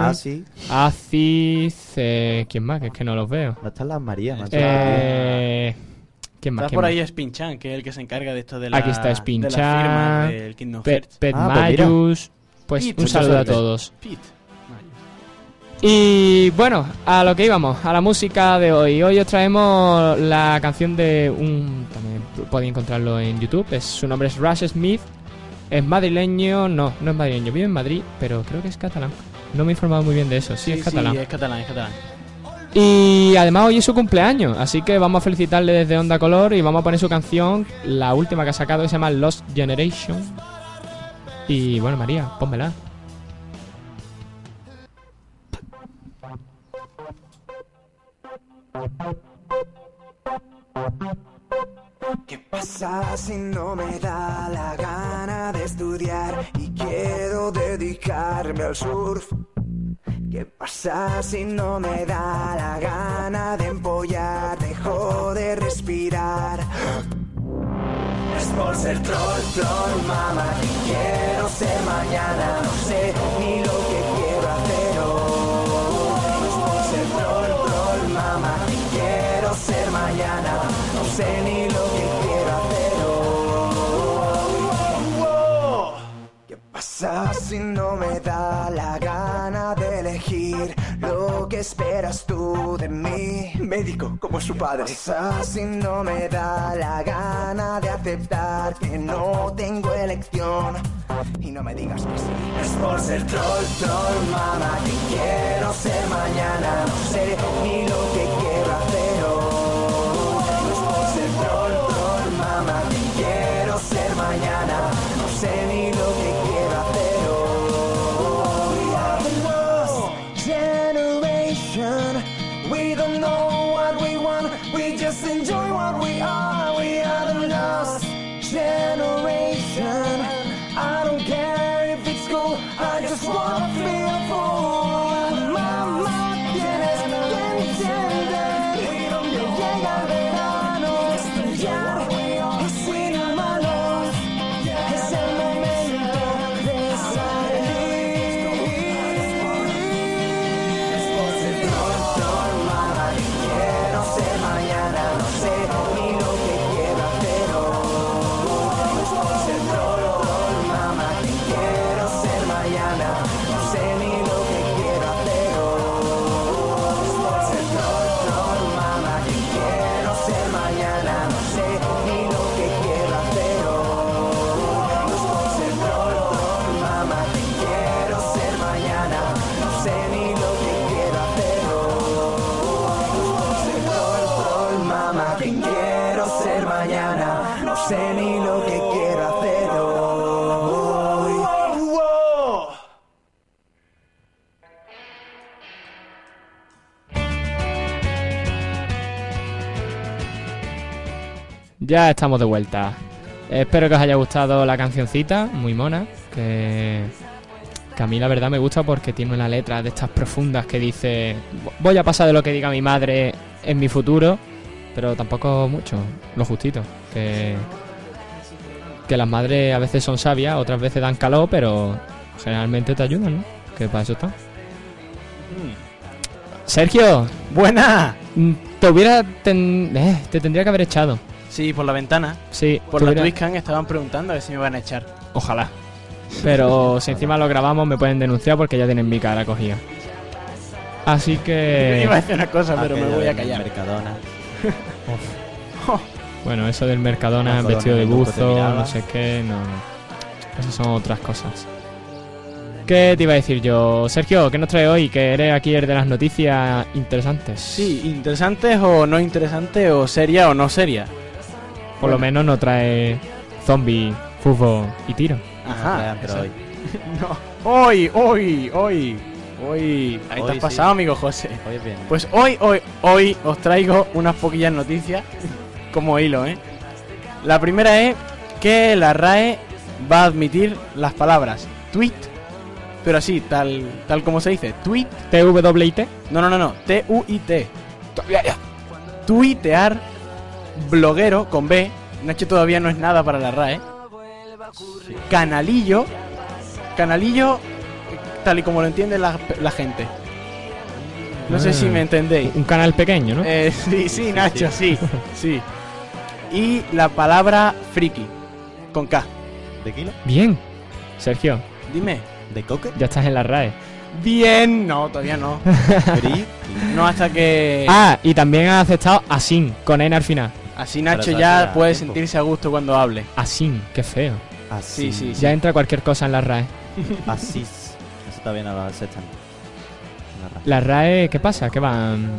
Ah, sí. Aziz, eh, ¿quién más? Que es que no los veo. No están las Marías, macho. Eh, ¿Quién más? Está ¿Quién por más? ahí Spinchan, que es el que se encarga de esto de la, Aquí está de Spinchan. la firma del Kingdom Pe- Hearts. Pet Ah, pues mira. Mayus. Pues Pete, un muchas saludo a gracias. todos. Pete. Vale. Y bueno, a lo que íbamos, a la música de hoy. Hoy os traemos la canción de un. También podéis encontrarlo en YouTube. Es- su nombre es Rush Smith. Es madrileño. No, no es madrileño. Vive en Madrid, pero creo que es catalán. No me he informado muy bien de eso. Sí, eh. es catalán. es catalán, es catalán. Y además hoy es su cumpleaños. Así que vamos a felicitarle desde Onda Color y vamos a poner su canción, la última que ha sacado, que se llama Lost Generation. Y bueno, María, pónmela. ¿Qué pasa si no me da la gana de estudiar y quiero dedicarme al surf? ¿Qué ¿Qué pasa si no me da la gana de empollar? Dejo de respirar. Es por ser troll, troll, mamá, que quiero ser mañana. No sé ni lo que quiero hacer hoy. Es por ser troll, troll, mamá, que quiero ser mañana. No sé ni lo que quiero hacer hoy. ¿Qué pasa si no me da la gana de elegir lo que esperas tú de mí? Médico, como su padre. ¿Qué pasa si no me da la gana de aceptar que no tengo elección? Y no me digas que sí. Es por ser troll, troll, mamá, que quiero ser mañana. No sé ni lo que quiero hacer hoy. Es por ser troll, troll, mamá, que quiero ser mañana. No sé ni lo que quiero hacer hoy. We are the lost generation. We don't know what we want. We just enjoy what we are. We are the lost generation. I don't care if it's cool. I just want to be a fool. Mamá, tienes que entender. We don't know llegar verano. Estrellar es una mano. Es el momento de salir. Es por ser normal, quiero ser mañana, no sé ni lo que quiero hacer hoy. Es por ser normal, quiero ser mañana, no sé ni lo que quiero hacer hoy. Es por ser normal, quiero ser mañana, no sé ni lo que quiero hacer hoy. Es por ser normal, quiero ser mañana, no sé ni lo que quiero hacer hoy. Es por ser troll, mamá, que quiero ser mañana. No sé ni lo que quiero hacer hoy. Ya estamos de vuelta. Espero que os haya gustado la cancioncita, muy mona, que, que a mí la verdad me gusta porque tiene una letra de estas profundas que dice, voy a pasar de lo que diga mi madre en mi futuro, pero tampoco mucho, lo justito, que, que las madres a veces son sabias, otras veces dan calor, pero generalmente te ayudan, ¿no? Que para eso está. Mm. Sergio, ¡Buena! mm, te hubiera... ten- eh, te tendría que haber echado. Sí, por la ventana. Sí, Por te la hubiera- Twitchcam estaban preguntando a ver si me van a echar. Ojalá. Pero si encima lo grabamos me pueden denunciar porque ya tienen mi cara cogida. Así Yo que... iba a decir una cosa, pero me Aquello voy a del callar. Mercadona. Oh. Bueno, eso del Mercadona, Mercadona, vestido de el grupo te buzo, miraba. no sé qué, no... Esas son otras cosas. ¿Qué te iba a decir yo? Sergio, ¿qué nos trae hoy? Que eres aquí el de las noticias interesantes. Sí, interesantes o no interesantes, o seria o no seria. Por lo menos no trae zombie, fútbol y tiro. Ajá. Pero hoy. No. Hoy, hoy, hoy, hoy. Ahí te Hoy has sí. pasado, amigo José. Hoy es viernes. Pues hoy, hoy, hoy os traigo unas poquillas noticias como hilo, ¿eh? La primera es que la RAE va a admitir las palabras tweet, pero así, tal, tal como se dice, tweet, TWIT. no, no, no, no, T-U-I-T. Tuitear, bloguero con B, Nacho todavía no es nada para la RAE. Canalillo, canalillo tal y como lo entiende la, la gente. Ah. No sé si me entendéis. Un canal pequeño, ¿no? Eh, sí, sí, Nacho, sí, sí. Y la palabra friki, con K. Pues- ¿De kilo? Bien. Sergio, Dime. ¿De coque? ya estás en la RAE. Bien, no, todavía no. Friki. No hasta que... Ah, y también ha aceptado Asin, con N al final. Así Nacho Pero ya todavía puede tiempo. sentirse a gusto cuando hable. Asin, qué feo. Así. Sí, sí, Ya entra cualquier cosa en la RAE. Así. Eso todavía no lo aceptan. La raja. ¿La RAE qué pasa? ¿Que van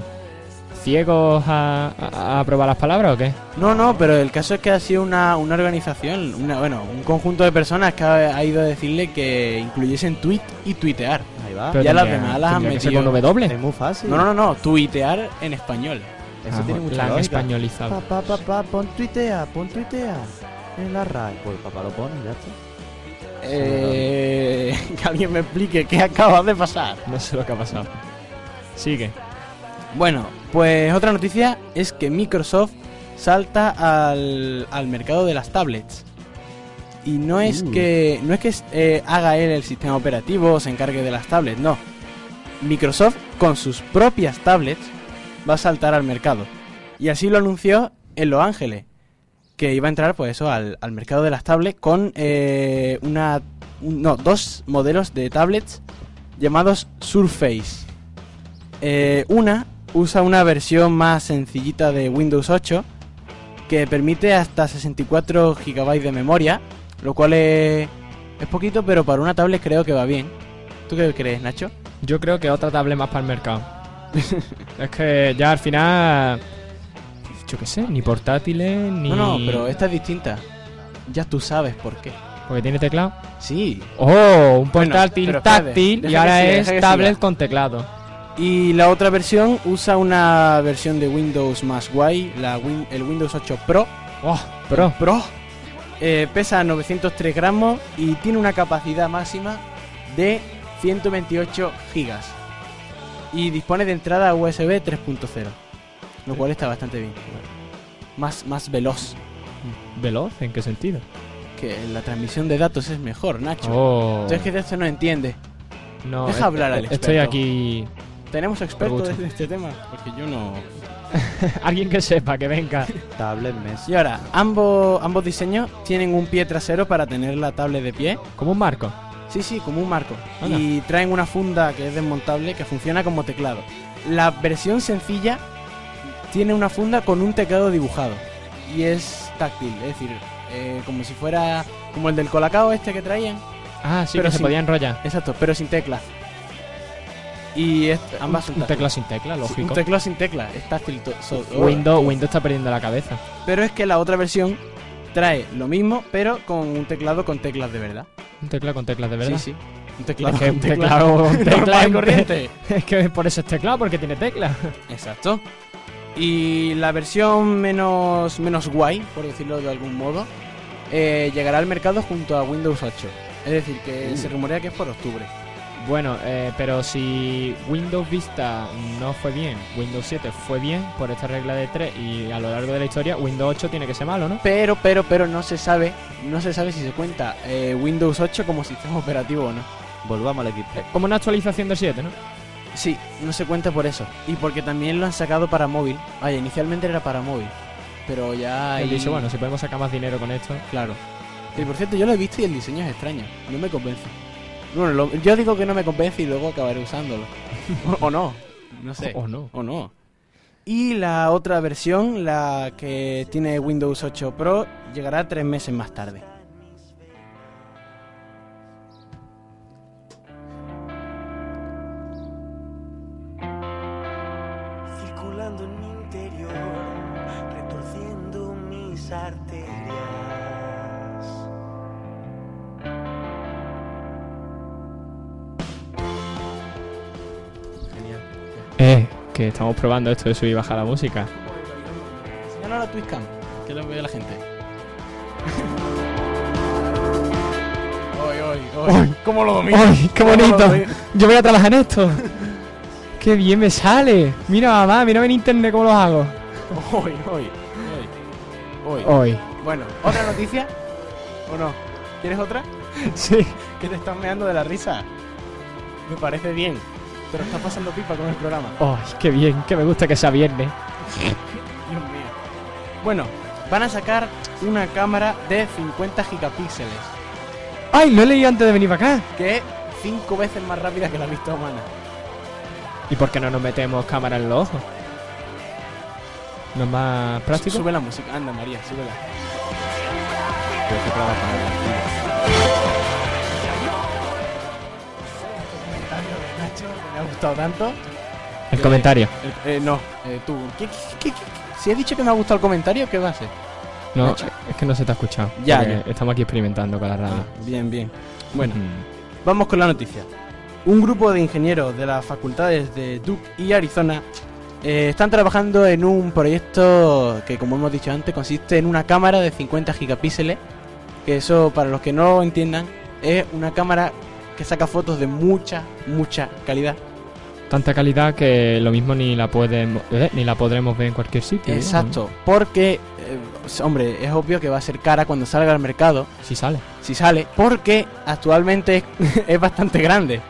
ciegos a, a- a probar las palabras o qué? No, no, pero el caso es que ha sido una, una organización, una, bueno, un conjunto de personas que ha, ha ido a decirle que incluyesen tweet y tuitear. Ahí va. Pero Ah, Ya las tendría- demás las han tendría que ser metido. este con W. Es muy fácil. No, no, no, no, tuitear en español. Eso Ah, tiene mucha la han lógica. españolizado. Pa, pa, pa, pa, pon tuitea, pon tuitea. En la RAE. Pues papá lo pone, y ya está. Eh, que alguien me explique qué acaba de pasar. No sé lo que ha pasado. Sigue. Bueno, pues otra noticia es que Microsoft salta al, al mercado de las tablets. Y no es Uh. que, no es que eh, haga él el sistema operativo o se encargue de las tablets, no. Microsoft con sus propias tablets va a saltar al mercado. Y así lo anunció en Los Ángeles, que iba a entrar pues eso al, al mercado de las tablets con eh, una, un- no, dos modelos de tablets llamados Surface. Eh, una usa una versión más sencillita de Windows 8 que permite hasta 64 GB de memoria, lo cual es, es poquito, pero para una tablet creo que va bien. ¿Tú qué crees, Nacho? Yo creo que otra tablet más para el mercado. es que ya al final. Yo qué sé, ni portátiles, ni. No, no, pero esta es distinta. Ya tú sabes por qué. Porque tiene teclado. Sí. Oh, un Bueno, portátil pero espérate, táctil y deja que ahora siga, deja es que tablet siga. con teclado. Y la otra versión usa una versión de Windows más guay, la Win- el Windows 8 Pro, Oh, pro. Pro. Eh, pesa 903 gramos y tiene una capacidad máxima de 128 gigas. Y dispone de entrada USB 3.0, lo cual está bastante bien. Más, más veloz, ¿Veloz? ¿En qué sentido? que la transmisión de datos es mejor, Nacho. Oh. Entonces que de esto no entiende. No, Deja est- hablar al Estoy experto. aquí. Tenemos expertos Pregunta. en este tema, porque yo no... Alguien que sepa, que venga. Tablet mes. Y ahora, ambos, ambos diseños tienen un pie trasero para tener la tablet de pie. Como un marco. Sí, sí, como un marco. Anda. Y traen una funda que es desmontable que funciona como teclado. La versión sencilla tiene una funda con un teclado dibujado. Y es táctil, es decir, eh, como si fuera como el del colacao este que traían. Ah, sí, Pero que se sin- podía enrollar. Exacto, pero sin tecla. Y es- ambas son Un táctiles. teclado sin tecla, Sí, lógico. Un teclado sin tecla, es táctil. to- so- Windows, Windows está perdiendo la cabeza. Pero es que la otra versión trae lo mismo, pero con un teclado con teclas de verdad. Un teclado con teclas de verdad. Sí, sí. Un teclado Es que con un teclas. teclado con tecla normal es y un corriente. Es que por eso es teclado, porque tiene tecla. Exacto. Y la versión menos, menos guay, por decirlo de algún modo, eh, llegará al mercado junto a Windows 8. Es decir, Uh. que se rumorea que es por octubre. Bueno, eh, pero si Windows Vista no fue bien, Windows 7 fue bien por esta regla de 3 y a lo largo de la historia, Windows 8 tiene que ser malo, ¿no? Pero, pero, pero no se sabe, no se sabe si se cuenta eh, Windows 8 como sistema operativo o no. Volvamos al equipo. Como una actualización del 7, ¿no? Sí, no se cuenta por eso. Y porque también lo han sacado para móvil. Vaya, inicialmente era para móvil. Pero ya He hay... dicho, bueno, si podemos sacar más dinero con esto. Claro. Y por cierto, yo lo he visto y el diseño es extraño. No me convence. Bueno, lo- yo digo que no me convence y luego acabaré usándolo. o, o no. No sé. O no. O no. Y la otra versión, la que tiene Windows 8 Pro, llegará tres meses más tarde. circulando en mi interior, retorciendo mis arterias. Eh, que estamos probando esto de subir y bajar la música. No, no, la Twitchcam, que lo vea la gente. Hoy, hoy, hoy. ¿Cómo lo domino? ¡Ay, qué ¿Cómo lo bonito! domino? Yo voy a trabajar en esto. ¡Qué bien me sale! Mira, mamá, mira en internet cómo los hago. Hoy, hoy, hoy. Hoy. Hoy. Bueno, ¿otra noticia? ¿O no? ¿Quieres otra? Sí. Que te estás meando de la risa. Me parece bien. Pero estás pasando pipa con el programa. ¡Ay, qué bien! ¡Qué me gusta que sea viernes! Dios mío. Bueno, van a sacar una cámara de 50 gigapíxeles. ¡Ay, lo he leído antes de venir para acá! Que es 5 veces más rápida que la vista humana. ¿Y por qué no nos metemos cámara en los ojos? ¿No es más práctico? Sube la música. Anda, María, súbela. Me ha gustado tanto. El comentario. Eh, eh, no, eh, tú. ¿Qué, qué- qué- qué- Si he dicho que me ha gustado el comentario, ¿qué va a ser? No, Nacho. es que no se te ha escuchado. Ya, porque Estamos aquí experimentando con la radio. Ah, Bien, bien. Bueno, Mm. vamos con la noticia. Un grupo de ingenieros de las facultades de Duke y Arizona eh, están trabajando en un proyecto que, como hemos dicho antes, consiste en una cámara de 50 gigapíxeles. Que eso, para los que no lo entiendan, es una cámara que saca fotos de mucha, mucha calidad. Tanta calidad que lo mismo ni la podemos, eh, ni la podremos ver en cualquier sitio. ¿eh? Exacto, porque, eh, hombre, es obvio que va a ser cara cuando salga al mercado, Si sale. si sale, porque actualmente es, es bastante grande.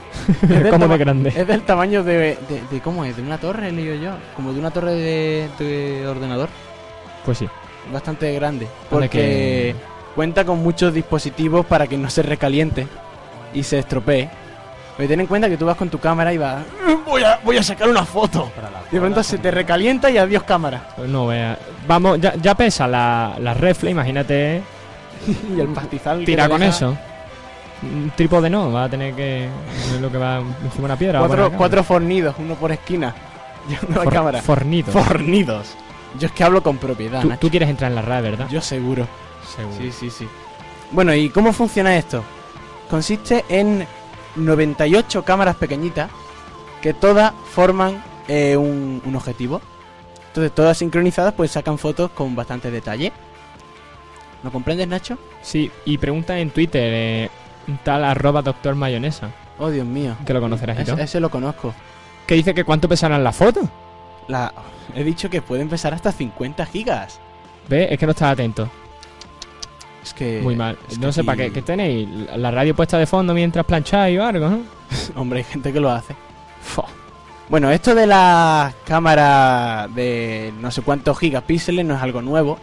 Es del ¿Cómo tama- de grande? Es del tamaño de, de- de- ¿Cómo es? ¿De una torre, leído yo? Como de una torre de, de ordenador. Pues sí. Bastante grande. Vale, Porque que- cuenta con muchos dispositivos para que no se recaliente y se estropee. Pero ten en cuenta que tú vas con tu cámara y vas. Voy a, voy a sacar una foto. De pronto se te recalienta y adiós cámara. eh, No vea. Vamos, ya, ya pesa la, la refle, imagínate. eh, Y el pastizal. que Tira te con deja- eso. Un trípode no, va a tener que. es lo que va encima de una piedra. va a poner Cuatro, la cámara. cuatro fornidos, uno por esquina. Y uno de For- cámara. Fornido. Fornidos. Yo es que hablo con propiedad, Tú, Nacho. tú quieres entrar en la RAE, ¿verdad? Yo seguro. Seguro. Sí, sí, sí. Bueno, ¿y cómo funciona esto? Consiste en 98 cámaras pequeñitas que todas forman eh, un, un objetivo. Entonces, todas sincronizadas, pues sacan fotos con bastante detalle. ¿Lo comprendes, Nacho? Sí, y pregunta en Twitter, eh, un tal arroba doctor mayonesa, Oh, Dios mío. que lo conocerás y Ese, todo. ese lo conozco. Que dice que cuánto pesarán las fotos. La, he dicho que pueden pesar hasta 50 gigas. ¿Ves? Es que no estás atento. Es que. Muy mal. es No sé para qué, aquí- qué tenéis. La la radio puesta de fondo mientras plancháis o algo, ¿eh? ¿no? Hombre, hay gente que lo hace. Fua. Bueno, esto de las cámaras de no sé cuántos gigapíxeles no es algo nuevo.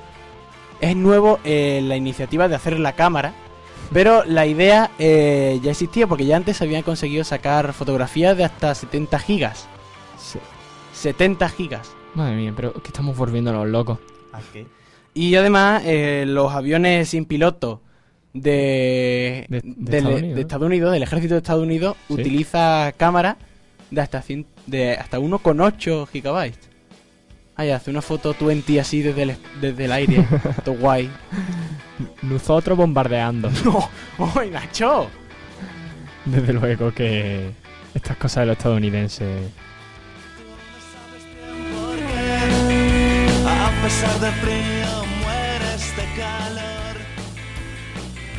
Es nuevo eh, la iniciativa de hacer la cámara, pero la idea eh, ya existía porque ya antes se habían conseguido sacar fotografías de hasta 70 gigas. 70 gigas. Madre mía, pero es que estamos volviéndonos locos. Y además, eh, los aviones sin piloto de, De- de del- e- Estados Unidos, de ¿no? Estados Unidos, del ejército de Estados Unidos, Sí. utiliza cámaras de hasta, cien- de hasta 1,8 gigabytes. Ay, hace una foto 20 así desde el, desde el aire. Todo guay. Nosotros bombardeando. ¡No! ¡Ay, Nacho! Desde luego que estas cosas de los estadounidenses.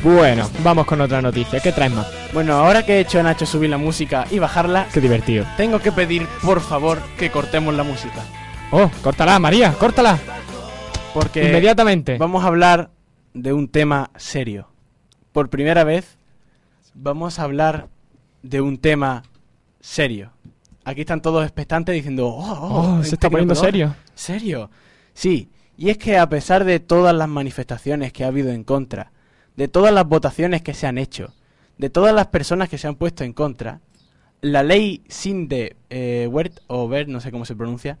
Bueno, vamos con otra noticia. ¿Qué traes más? Bueno, ahora que he hecho a Nacho subir la música y bajarla, Qué divertido. tengo que pedir, por favor, que cortemos la música. Oh, córtala, María, córtala. Porque... Inmediatamente. Vamos a hablar de un tema serio. Por primera vez, vamos a hablar de un tema serio. Aquí están todos expectantes diciendo, oh, oh, Oh, se está poniendo Tecnocolor, serio. Serio. Sí, y es que a pesar de todas las manifestaciones que ha habido en contra, de todas las votaciones que se han hecho, de todas las personas que se han puesto en contra, la ley Sinde eh, Wert o Bert, no sé cómo se pronuncia,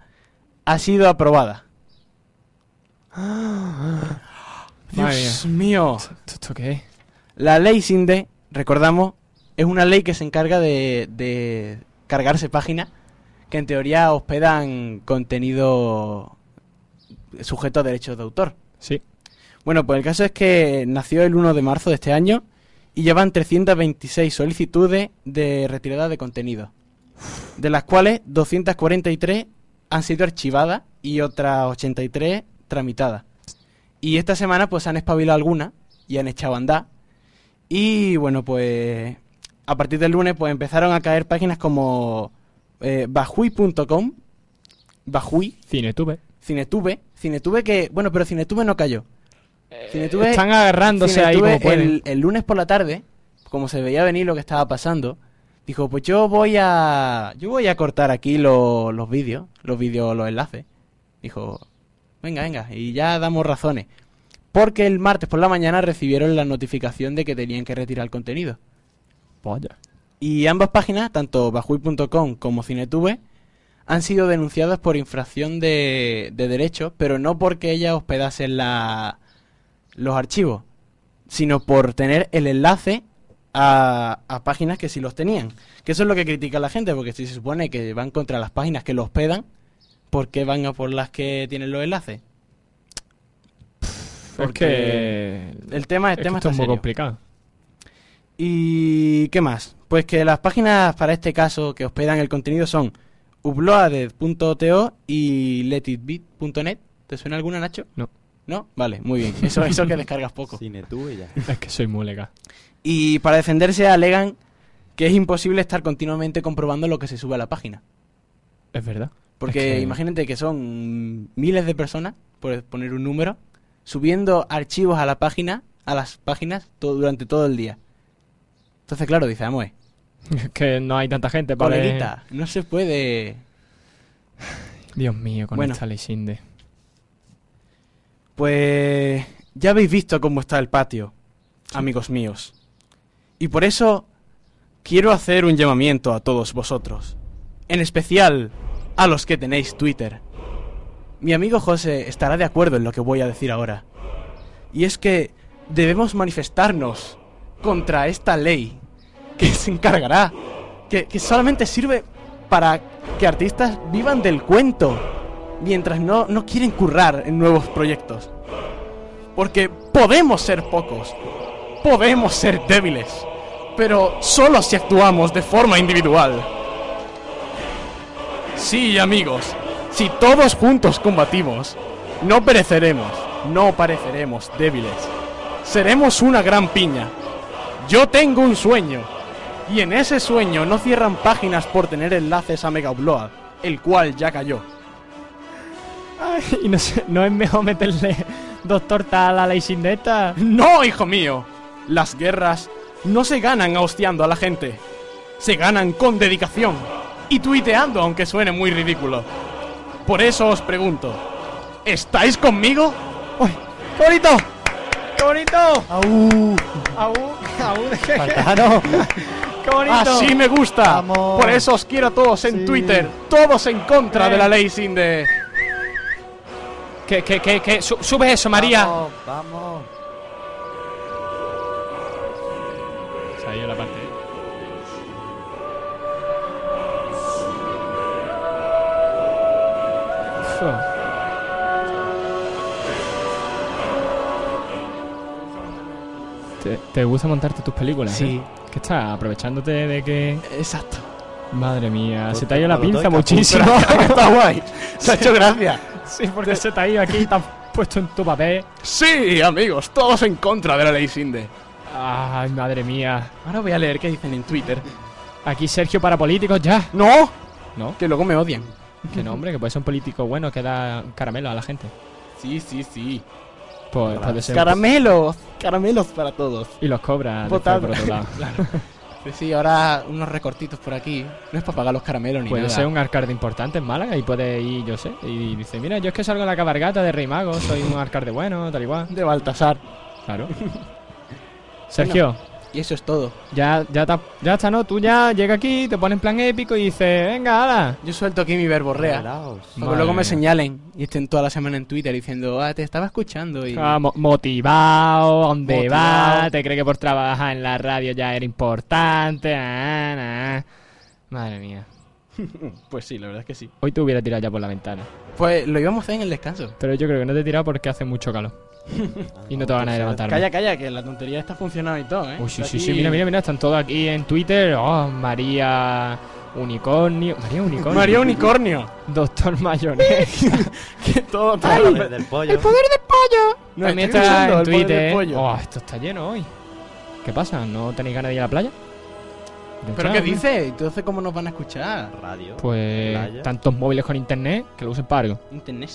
ha sido aprobada. Madre Dios mío. ¿Esto qué es? La ley Sinde, recordamos, es una ley que se encarga de, de cargarse páginas que en teoría hospedan contenido sujeto a derechos de autor. Sí. Bueno, pues el caso es que nació el 1 de marzo de este año y llevan 326 solicitudes de retirada de contenido, de las cuales 243 han sido archivadas y otras 83 tramitadas. Y esta semana pues han espabilado algunas y han echado a andar. Y bueno, pues a partir del lunes pues empezaron a caer páginas como eh, bajui.com, bajui, Cinetube. Cinetube, Cinetube que, bueno, pero Cinetube no cayó. Cinetube, Están agarrándose ahí Cinetube como pueden. el, el lunes por la tarde, como se veía venir lo que estaba pasando, dijo, pues yo voy a yo voy a cortar aquí lo- los vídeos, los vídeos, los enlaces. Dijo, venga, venga, y ya damos razones. Porque el martes por la mañana recibieron la notificación de que tenían que retirar el contenido. Vaya. Y ambas páginas, tanto bajuy.com como Cinetube, han sido denunciadas por infracción de, de derechos, pero no porque ellas hospedasen la, los archivos, sino por tener el enlace a, a páginas que sí los tenían. Que eso es lo que critica la gente, porque si se supone que van contra las páginas que los hospedan, ¿por qué van a por las que tienen los enlaces? Es que. es que El tema, el tema está esto es muy serio. complicado. ¿Y qué más? Pues que las páginas para este caso que hospedan el contenido son uploaded.to y letitbit.net. ¿Te suena alguna, Nacho? No. ¿No? Vale, muy bien. Eso, eso que descargas poco. Cine tú y ya. Es que soy muy legal. Y para defenderse alegan que es imposible estar continuamente comprobando lo que se sube a la página. Es verdad. Porque Es que- imagínate que son miles de personas, por poner un número, subiendo archivos a la página, a las páginas, todo, durante todo el día. Entonces, claro, dice, vamos, eh, Es que no hay tanta gente para... ver- coleguita, no se puede... Dios mío, con Bueno. esta ley Sinde. Pues ya habéis visto cómo está el patio, amigos míos. Y por eso quiero hacer un llamamiento a todos vosotros. En especial a los que tenéis Twitter. Mi amigo José estará de acuerdo en lo que voy a decir ahora. Y es que debemos manifestarnos contra esta ley que se encargará, que, que solamente sirve para que artistas vivan del cuento mientras no, no quieren currar en nuevos proyectos. Porque podemos ser pocos, podemos ser débiles, pero solo si actuamos de forma individual. Sí, amigos, si todos juntos combatimos, no pereceremos, no pareceremos débiles. Seremos una gran piña. Yo tengo un sueño, y en ese sueño no cierran páginas por tener enlaces a Mega Upload, el cual ya cayó. y no, sé, no es mejor meterle dos tortas a la ley Sinde esta. No, hijo mío. Las guerras no se ganan hostiando a la gente. Se ganan con dedicación y tuiteando, aunque suene muy ridículo. Por eso os pregunto, ¿estáis conmigo? ¡Uy! ¡Qué bonito! ¡Qué bonito! ¡Aú! ¡Aú! ¡Pantano! ¡Qué bonito! Así me gusta. Vamos. Por eso os quiero a todos en Sí. Twitter. Todos en contra Eh. de la ley sin de... ¿Qué, qué, qué, qué? Su- ¡Sube eso, María! Vamos, vamos. Se ha ido la parte. Uf. ¿Te, te gusta montarte tus películas? Sí. ¿eh? ¿Qué estás? ¿Aprovechándote de que.? Exacto. Madre mía, Pues se te ha ido la cuando pinza toca, muchísimo. Está guay. Se ha hecho gracia. sí, porque se te ha ido aquí, te has puesto en tu papel. Sí, amigos, todos en contra de la ley Sinde. Ay, madre mía. Ahora voy a leer qué dicen en Twitter. Aquí Sergio para políticos ya. ¡No! No, Que luego me odian. que no, hombre, que puede ser un político bueno que da caramelo a la gente. Sí, sí, sí. Pues puede ser. un- Caramelos, caramelos para todos. Y los cobra después Votad. por otro lado. Sí, sí, ahora unos recortitos por aquí. No es para pagar los caramelos ni Puede nada. ser un alcalde importante en Málaga y puede ir, yo sé, y dice, mira, yo es que salgo en la cabargata de Rey Mago, soy un alcalde bueno, tal y cual. de Baltasar. Claro. Sergio, Y eso es todo. ya, ya, ta- ya está, ¿no? Tú ya llega aquí, te pones en plan épico y dices, venga, ala. Yo suelto aquí mi verborrea. Relaos. Para que luego me Madre mía. señalen y estén toda la semana en Twitter diciendo, ah, te estaba escuchando y... Ah, mo- motivado, ¿dónde Motivado. va? ¿Te cree que por trabajar en la radio ya era importante? Ah, nah. Madre mía. Pues sí, la verdad es que sí. Hoy te hubiera tirado ya por la ventana. Pues lo íbamos a hacer en el descanso. Pero yo creo que no te he tirado porque hace mucho calor. y no te van a levantar. Calla, calla, que la tontería está funcionando y todo, ¿eh? Uy, sí, Está sí, sí, aquí- mira, mira, mira, están todos aquí en Twitter. Oh, María Unicornio. María Unicornio. María Unicornio. Doctor Mayonesa. que todo, todo. El poder del pollo. No, También estoy está usando en el poder del Twitter. pollo. Oh, esto está lleno hoy. ¿Qué pasa? ¿No tenéis ganas de ir a la playa? ¿Pero Chao, qué hombre. dice? Entonces, ¿cómo nos van a escuchar? Radio. Pues Playa. tantos móviles con internet que lo usen para algo. Internet.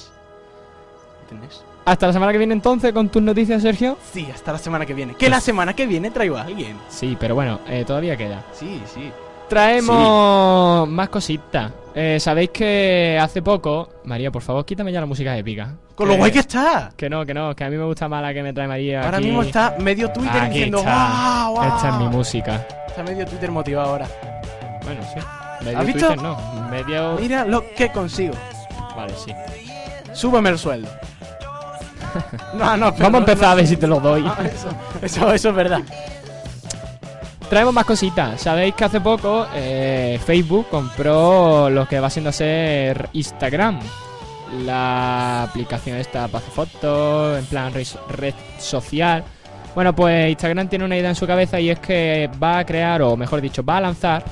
Internet. Hasta la semana que viene entonces con tus noticias, Sergio. Sí, hasta la semana que viene. Que Pues- la semana que viene traigo a alguien. Sí, pero bueno, eh, todavía queda. Sí, sí. Traemos más cositas. Eh, Sabéis que hace poco... María, por favor, quítame ya la música épica. Con lo Eh, guay que está. Que no, que no, que a mí me gusta más la que me trae María. Ahora aquí. mismo está medio Twitter Aquí diciendo está. "Guau, guau". Esta es mi música. Está medio Twitter motivado ahora. Bueno, sí. Medio ¿Has visto? Twitter no. Medio. Mira lo que consigo. Vale, sí. Súbeme el sueldo. No, no, pero Vamos a no, empezar a ver si te lo doy. no. Ah, eso, eso, eso es verdad. Traemos más cositas. Sabéis que hace poco eh, Facebook compró lo que va siendo a ser Instagram. La aplicación esta para hacer fotos, en plan res- red, social. Bueno, pues Instagram tiene una idea en su cabeza y es que va a crear, o mejor dicho, va a lanzar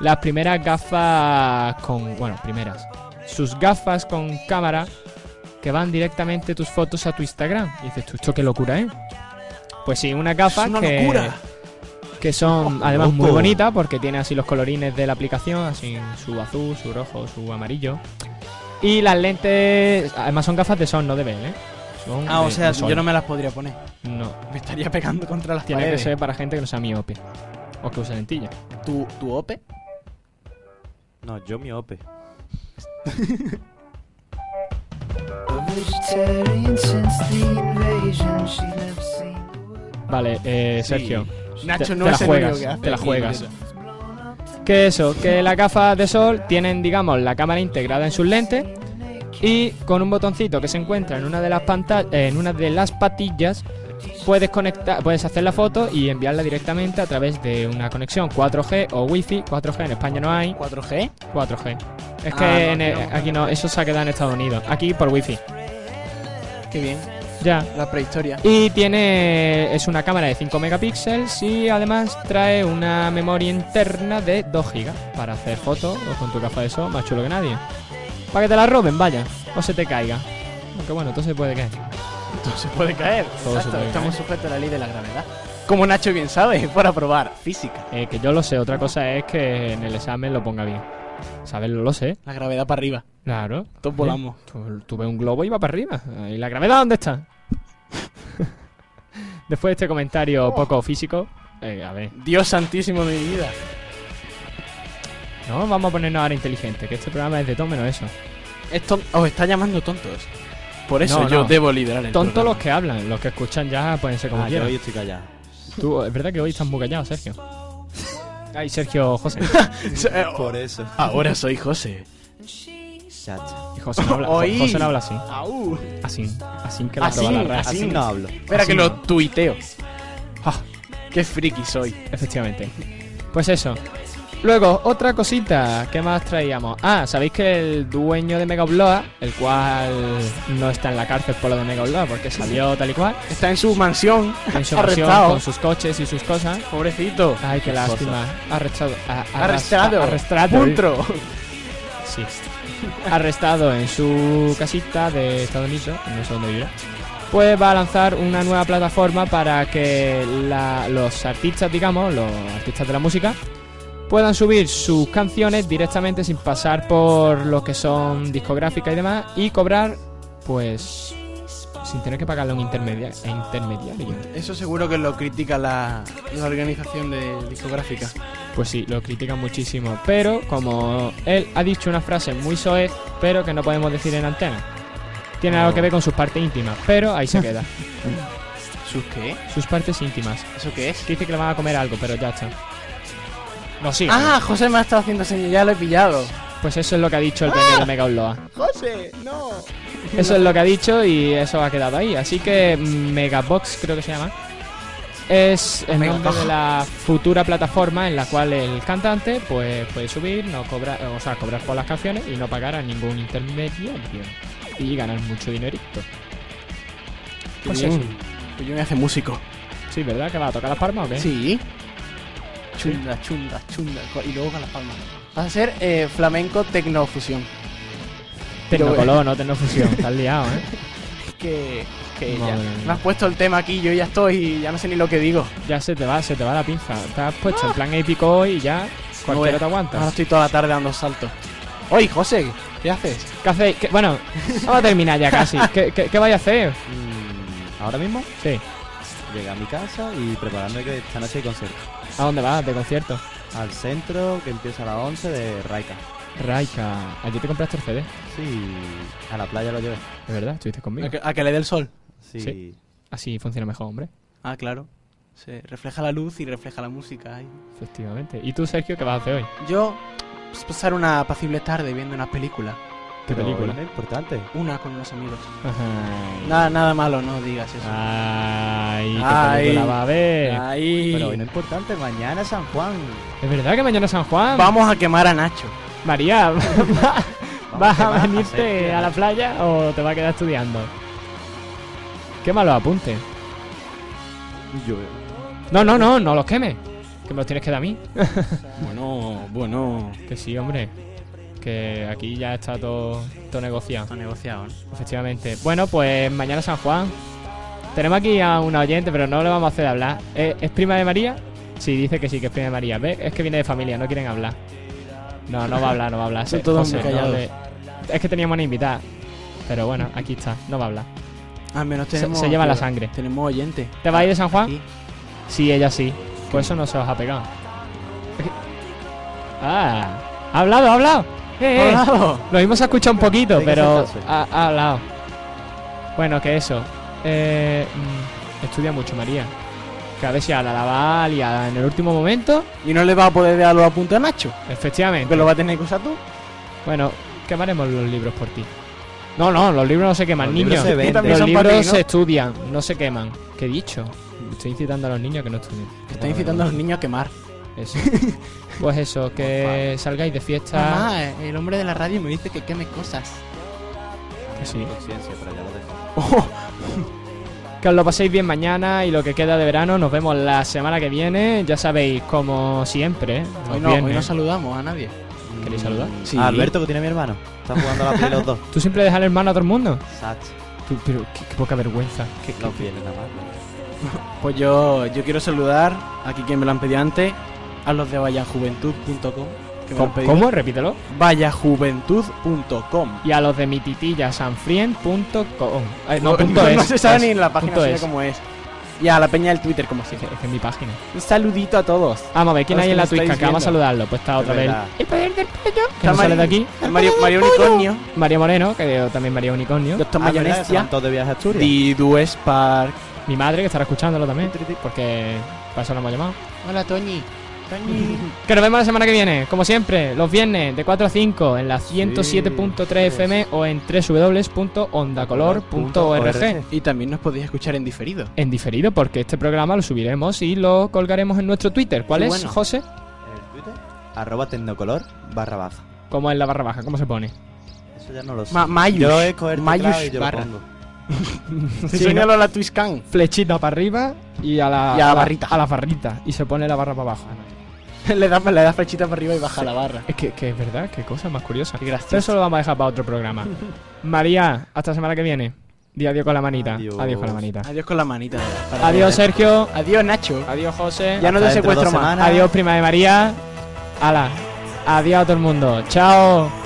las primeras gafas con... Bueno, primeras. Sus gafas con cámara que van directamente tus fotos a tu Instagram. Y dices, tú, esto qué locura, ¿eh? Pues sí, una capa Es una que, locura. que son además muy loco. bonitas porque tiene así los colorines de la aplicación, así su azul, su rojo, su amarillo. Y las lentes, además son gafas de sol, no de ver, ¿eh? Son Ah, o de- sea, de sol. yo no me las podría poner. No, Me estaría pegando contra las tiene que paredes. ser para gente que no sea miope o que use lentillas. ¿Tu, tu OPE? No, yo miope. Vale, eh, Sergio. Nacho te- no te es la el juegas, único que hace te la aquí, juegas. tío. Que eso, que las gafas de sol tienen, digamos, la cámara integrada en sus lentes y con un botoncito que se encuentra en una de las pantallas, en una de las patillas, puedes conectar, puedes hacer la foto y enviarla directamente a través de una conexión 4G o Wi-Fi. 4G en España no hay, 4G. 4G. Es Ah, que no, en- aquí no. aquí no, eso se ha quedado en Estados Unidos. Aquí por Wi-Fi. Qué bien. Ya. La prehistoria. Y tiene. Es una cámara de 5 megapíxeles y además trae una memoria interna de 2 GB para hacer fotos o con tu gafa de sol más chulo que nadie. Para que te la roben, vaya, o se te caiga. Aunque bueno, todo se puede caer. Todo se puede caer. Todo se Exacto, puede Estamos caer. sujetos a la ley de la gravedad. Como Nacho bien sabe, para probar física. Eh, que yo lo sé, otra cosa es que en el examen lo ponga bien. Saberlo lo sé, La gravedad para arriba. claro. Todos volamos. Tú, tú ves un globo y va para arriba. ¿Y la gravedad dónde está? Después de este comentario poco físico, eh, a ver. Dios santísimo de mi vida. No, vamos a ponernos ahora inteligente, que este programa es de todo menos eso. Esto os está llamando tontos. Por eso No, yo no. debo liderar el Tontos los programa. que hablan, los que escuchan ya pueden ser como Ah, yo quieran. hoy estoy callado. Tú, es verdad que hoy estás muy callado, Sergio. Ay, Sergio, José. Eh, oh, Por eso. Ahora soy José. Y José no habla, Jo- Oí. José no habla así. Au. Así. Así que la Así. traba la ra- Así no hablo. Espera Así que lo no. tuiteo. Ah. Qué friki soy. Efectivamente. Pues eso. Luego, otra cosita que más traíamos. Ah, sabéis que el dueño de Mega Upload, el cual no está en la cárcel por lo de Mega Upload, porque salió tal y cual, Está en su mansión. en su mansión Arrestado. con sus coches y sus cosas. Pobrecito. Ay, qué Esposa. lástima. Arrestado. a- arrastra- Arrestado. Arrestado. eh. Puntro. Sí. Arrestado en su casita de Estados Unidos, no sé dónde vivirá, pues va a lanzar una nueva plataforma para que la- los artistas, digamos, los artistas de la música, puedan subir sus canciones directamente sin pasar por lo que son discográficas y demás y cobrar, pues, sin tener que pagarle a un intermedia- a intermediario. Eso seguro que lo critica la, la organización de discográfica. Pues sí, lo critican muchísimo. Pero como él ha dicho una frase muy soez, pero que no podemos decir en antena. Tiene algo que ver con sus partes íntimas, pero ahí se queda. ¿Sus qué? Sus partes íntimas. ¿Eso qué es? Dice que le van a comer algo, pero ya está. No, sí. Ah, José me ha estado haciendo señas, ya lo he pillado. Pues eso es lo que ha dicho el dueño de Mega ¡Ah! Upload. José, no. Eso es lo que ha dicho y eso ha quedado ahí. Así que Megabox, creo que se llama, es el Megabox. nombre de la futura plataforma en la cual el cantante pues, puede subir, no cobrar, o sea, cobrar por las canciones y no pagar a ningún intermediario. Y ganar mucho dinerito. Pues bien. eso. Pues yo me hace músico. Sí, ¿verdad? ¿Que va a tocar las palmas o qué? Sí. ¿Eh? Chunda, chunda, chunda. co- Y luego con las palmas. Vas a ser eh, flamenco tecnofusión. Tecnocolor, no Tecnofusión. Estás liado, ¿eh? Que, que ya. Madre mía. Me has puesto el tema aquí, yo ya estoy, ya no sé ni lo que digo. Ya se te va, se te va la pinza. Te has puesto en plan épico hoy y ya Ahora- cualquiera te Ahora aguanta. estoy toda la tarde dando saltos. Oye, José, ¿qué haces? ¿Qué hacéis? ¿Qué- Bueno, vamos a terminar ya casi. ¿Qué, qué, qué vais a hacer? Mm, Ahora mismo Sí. llegué a mi casa y prepararme que esta noche hay concierto. ¿A dónde vas de concierto? Al centro que empieza a las 11 de Raika. Raika, ayer te compraste el CD, Sí, a la playa lo llevé. ¿de verdad? ¿Estuviste conmigo? A que, a que le dé el sol. Sí. Sí. Así funciona mejor, hombre. Ah, claro. Se refleja la luz y refleja la música. ay. Efectivamente. ¿Y tú, Sergio, qué vas a hacer hoy? Yo pues, pasar una apacible tarde viendo una película, ¿Qué Pero película? es lo importante. una con unos amigos. Ay. Nada, nada malo, no digas eso. Ay, ¿qué Ay. película va a ver? Ahí. Pero hoy no es importante, mañana San Juan. ¿Es verdad que mañana es San Juan? Vamos a quemar a Nacho. María, ¿va- ¿vas que a va a venirte ser, a la playa o te vas a quedar estudiando? Qué malos apuntes. Yo No, no, no, no los quemes. Que me los tienes que dar a mí. Bueno, bueno. Que sí, hombre. que aquí ya está todo, todo negociado. Lo negociado, ¿no? Efectivamente. Bueno, pues mañana San Juan. Tenemos aquí a una oyente, pero no le vamos a hacer hablar. ¿Es, es prima de María? Sí, dice que sí, que es prima de María. ¿Ves? Es que viene de familia, no quieren hablar. No, no va a hablar, no va a hablar. Son Sí, todos muy no callados. le- Es que teníamos una invitada. Pero bueno, aquí está, no va a hablar. Al menos Se- tenemos. se lleva la sangre. Tenemos oyente. ¿Te vas a ir de San Juan? Aquí. Sí, ella sí. Pues eso no se os ha pegado. Ah, ha hablado, ha hablado. Eh, eh. ¡Hola! Lo mismo se ha escuchado un poquito, Hay que pero sentarse. ha, ha hablado. Bueno, que eso. Eh, mm, estudia mucho, María. Que a ver si a la lavar y a- en el último momento. Y no le va a poder dar los apuntes a Nacho. Efectivamente. Que lo va a tener que usar tú. Bueno, quemaremos los libros por ti. No, no, los libros no se queman, Los niños. libros se venden. Los Son para libros ti, ¿no? se estudian, no se queman. ¿Qué he dicho? Estoy incitando a los niños a que no estudien. Que está incitando a los niños a quemar. Eso. Pues eso, que salgáis de fiesta. Mamá, eh, el hombre de la radio me dice que queme cosas. Que sí. Conciencia, pero ya lo dejo. Oh, Que os lo paséis bien mañana y lo que queda de verano. Nos vemos la semana que viene. Ya sabéis, como siempre. ¿eh? Los Hoy no, hoy no viernes. saludamos a nadie. ¿Queréis saludar? Sí. Ah, Alberto, que tiene mi hermano. Está jugando a la play los dos. Tú siempre dejas el hermano a todo el mundo. Sach. Tú, pero qué, qué poca vergüenza. Que no viene nada más. Pues yo, yo quiero saludar aquí quien me lo han pedido antes, a los de vallajuventud.com. que me lo han ¿Cómo? pedido. ¿Cómo? Repítelo. Vallajuventud.com. Y a los de mi titilla, sanfrien.com. Eh, no, No, punto es. se sabe es, ni en la página punto suya es. cómo es. Y a la peña del Twitter, como Es siempre. que es que es mi página. Un saludito a todos. Vamos a ver, ¿quién Los hay que en la me estáis Twitch? Que vamos a viendo. saludarlo. Pues está Es otra vez. verdad. El poder del pollo. Que no Está sale de Mari- aquí. el Mario, Mario Unicornio, María Moreno, que eh, también María Unicornio. Doctor Ah, ¿verdad? Que se Mayonesia, van todos de viaje a Asturias. Didu Spark. Mi madre, que estará escuchándolo también. Porque para eso lo hemos llamado. Hola, Toñi. Toñi. Que nos vemos la semana que viene, como siempre, los viernes de 4 a 5 en la 107.3 FM o en www.ondacolor.org. Y también nos podéis escuchar en diferido. En diferido, porque este programa lo subiremos y lo colgaremos en nuestro Twitter. ¿Cuál Qué es, bueno. José? En el Twitter, arroba tecnocolor barra baja. ¿Cómo es la barra baja? ¿Cómo se pone? Eso ya no lo sé. Ma- Mayush. yo es coger teclado Mayush y yo barra. lo pongo. Enséñalo a la Twitchcan. Flechita para arriba y a la, Y a la a barrita. A la barrita. Y se pone la barra para abajo. le das le das flechita para arriba y baja la barra. Es que, que es verdad, qué cosa más curiosa. Qué Pero gracioso. eso lo vamos a dejar para otro programa. María, hasta la semana que viene. Di adiós con la manita. Adiós. adiós con la manita. Adiós con la manita. para- Adiós, Sergio. Adiós, Nacho. Adiós, José. Ya no te Hasta dentro de secuestro dos más. semanas. Adiós, prima de María. Ala. Adiós a todo el mundo. Chao.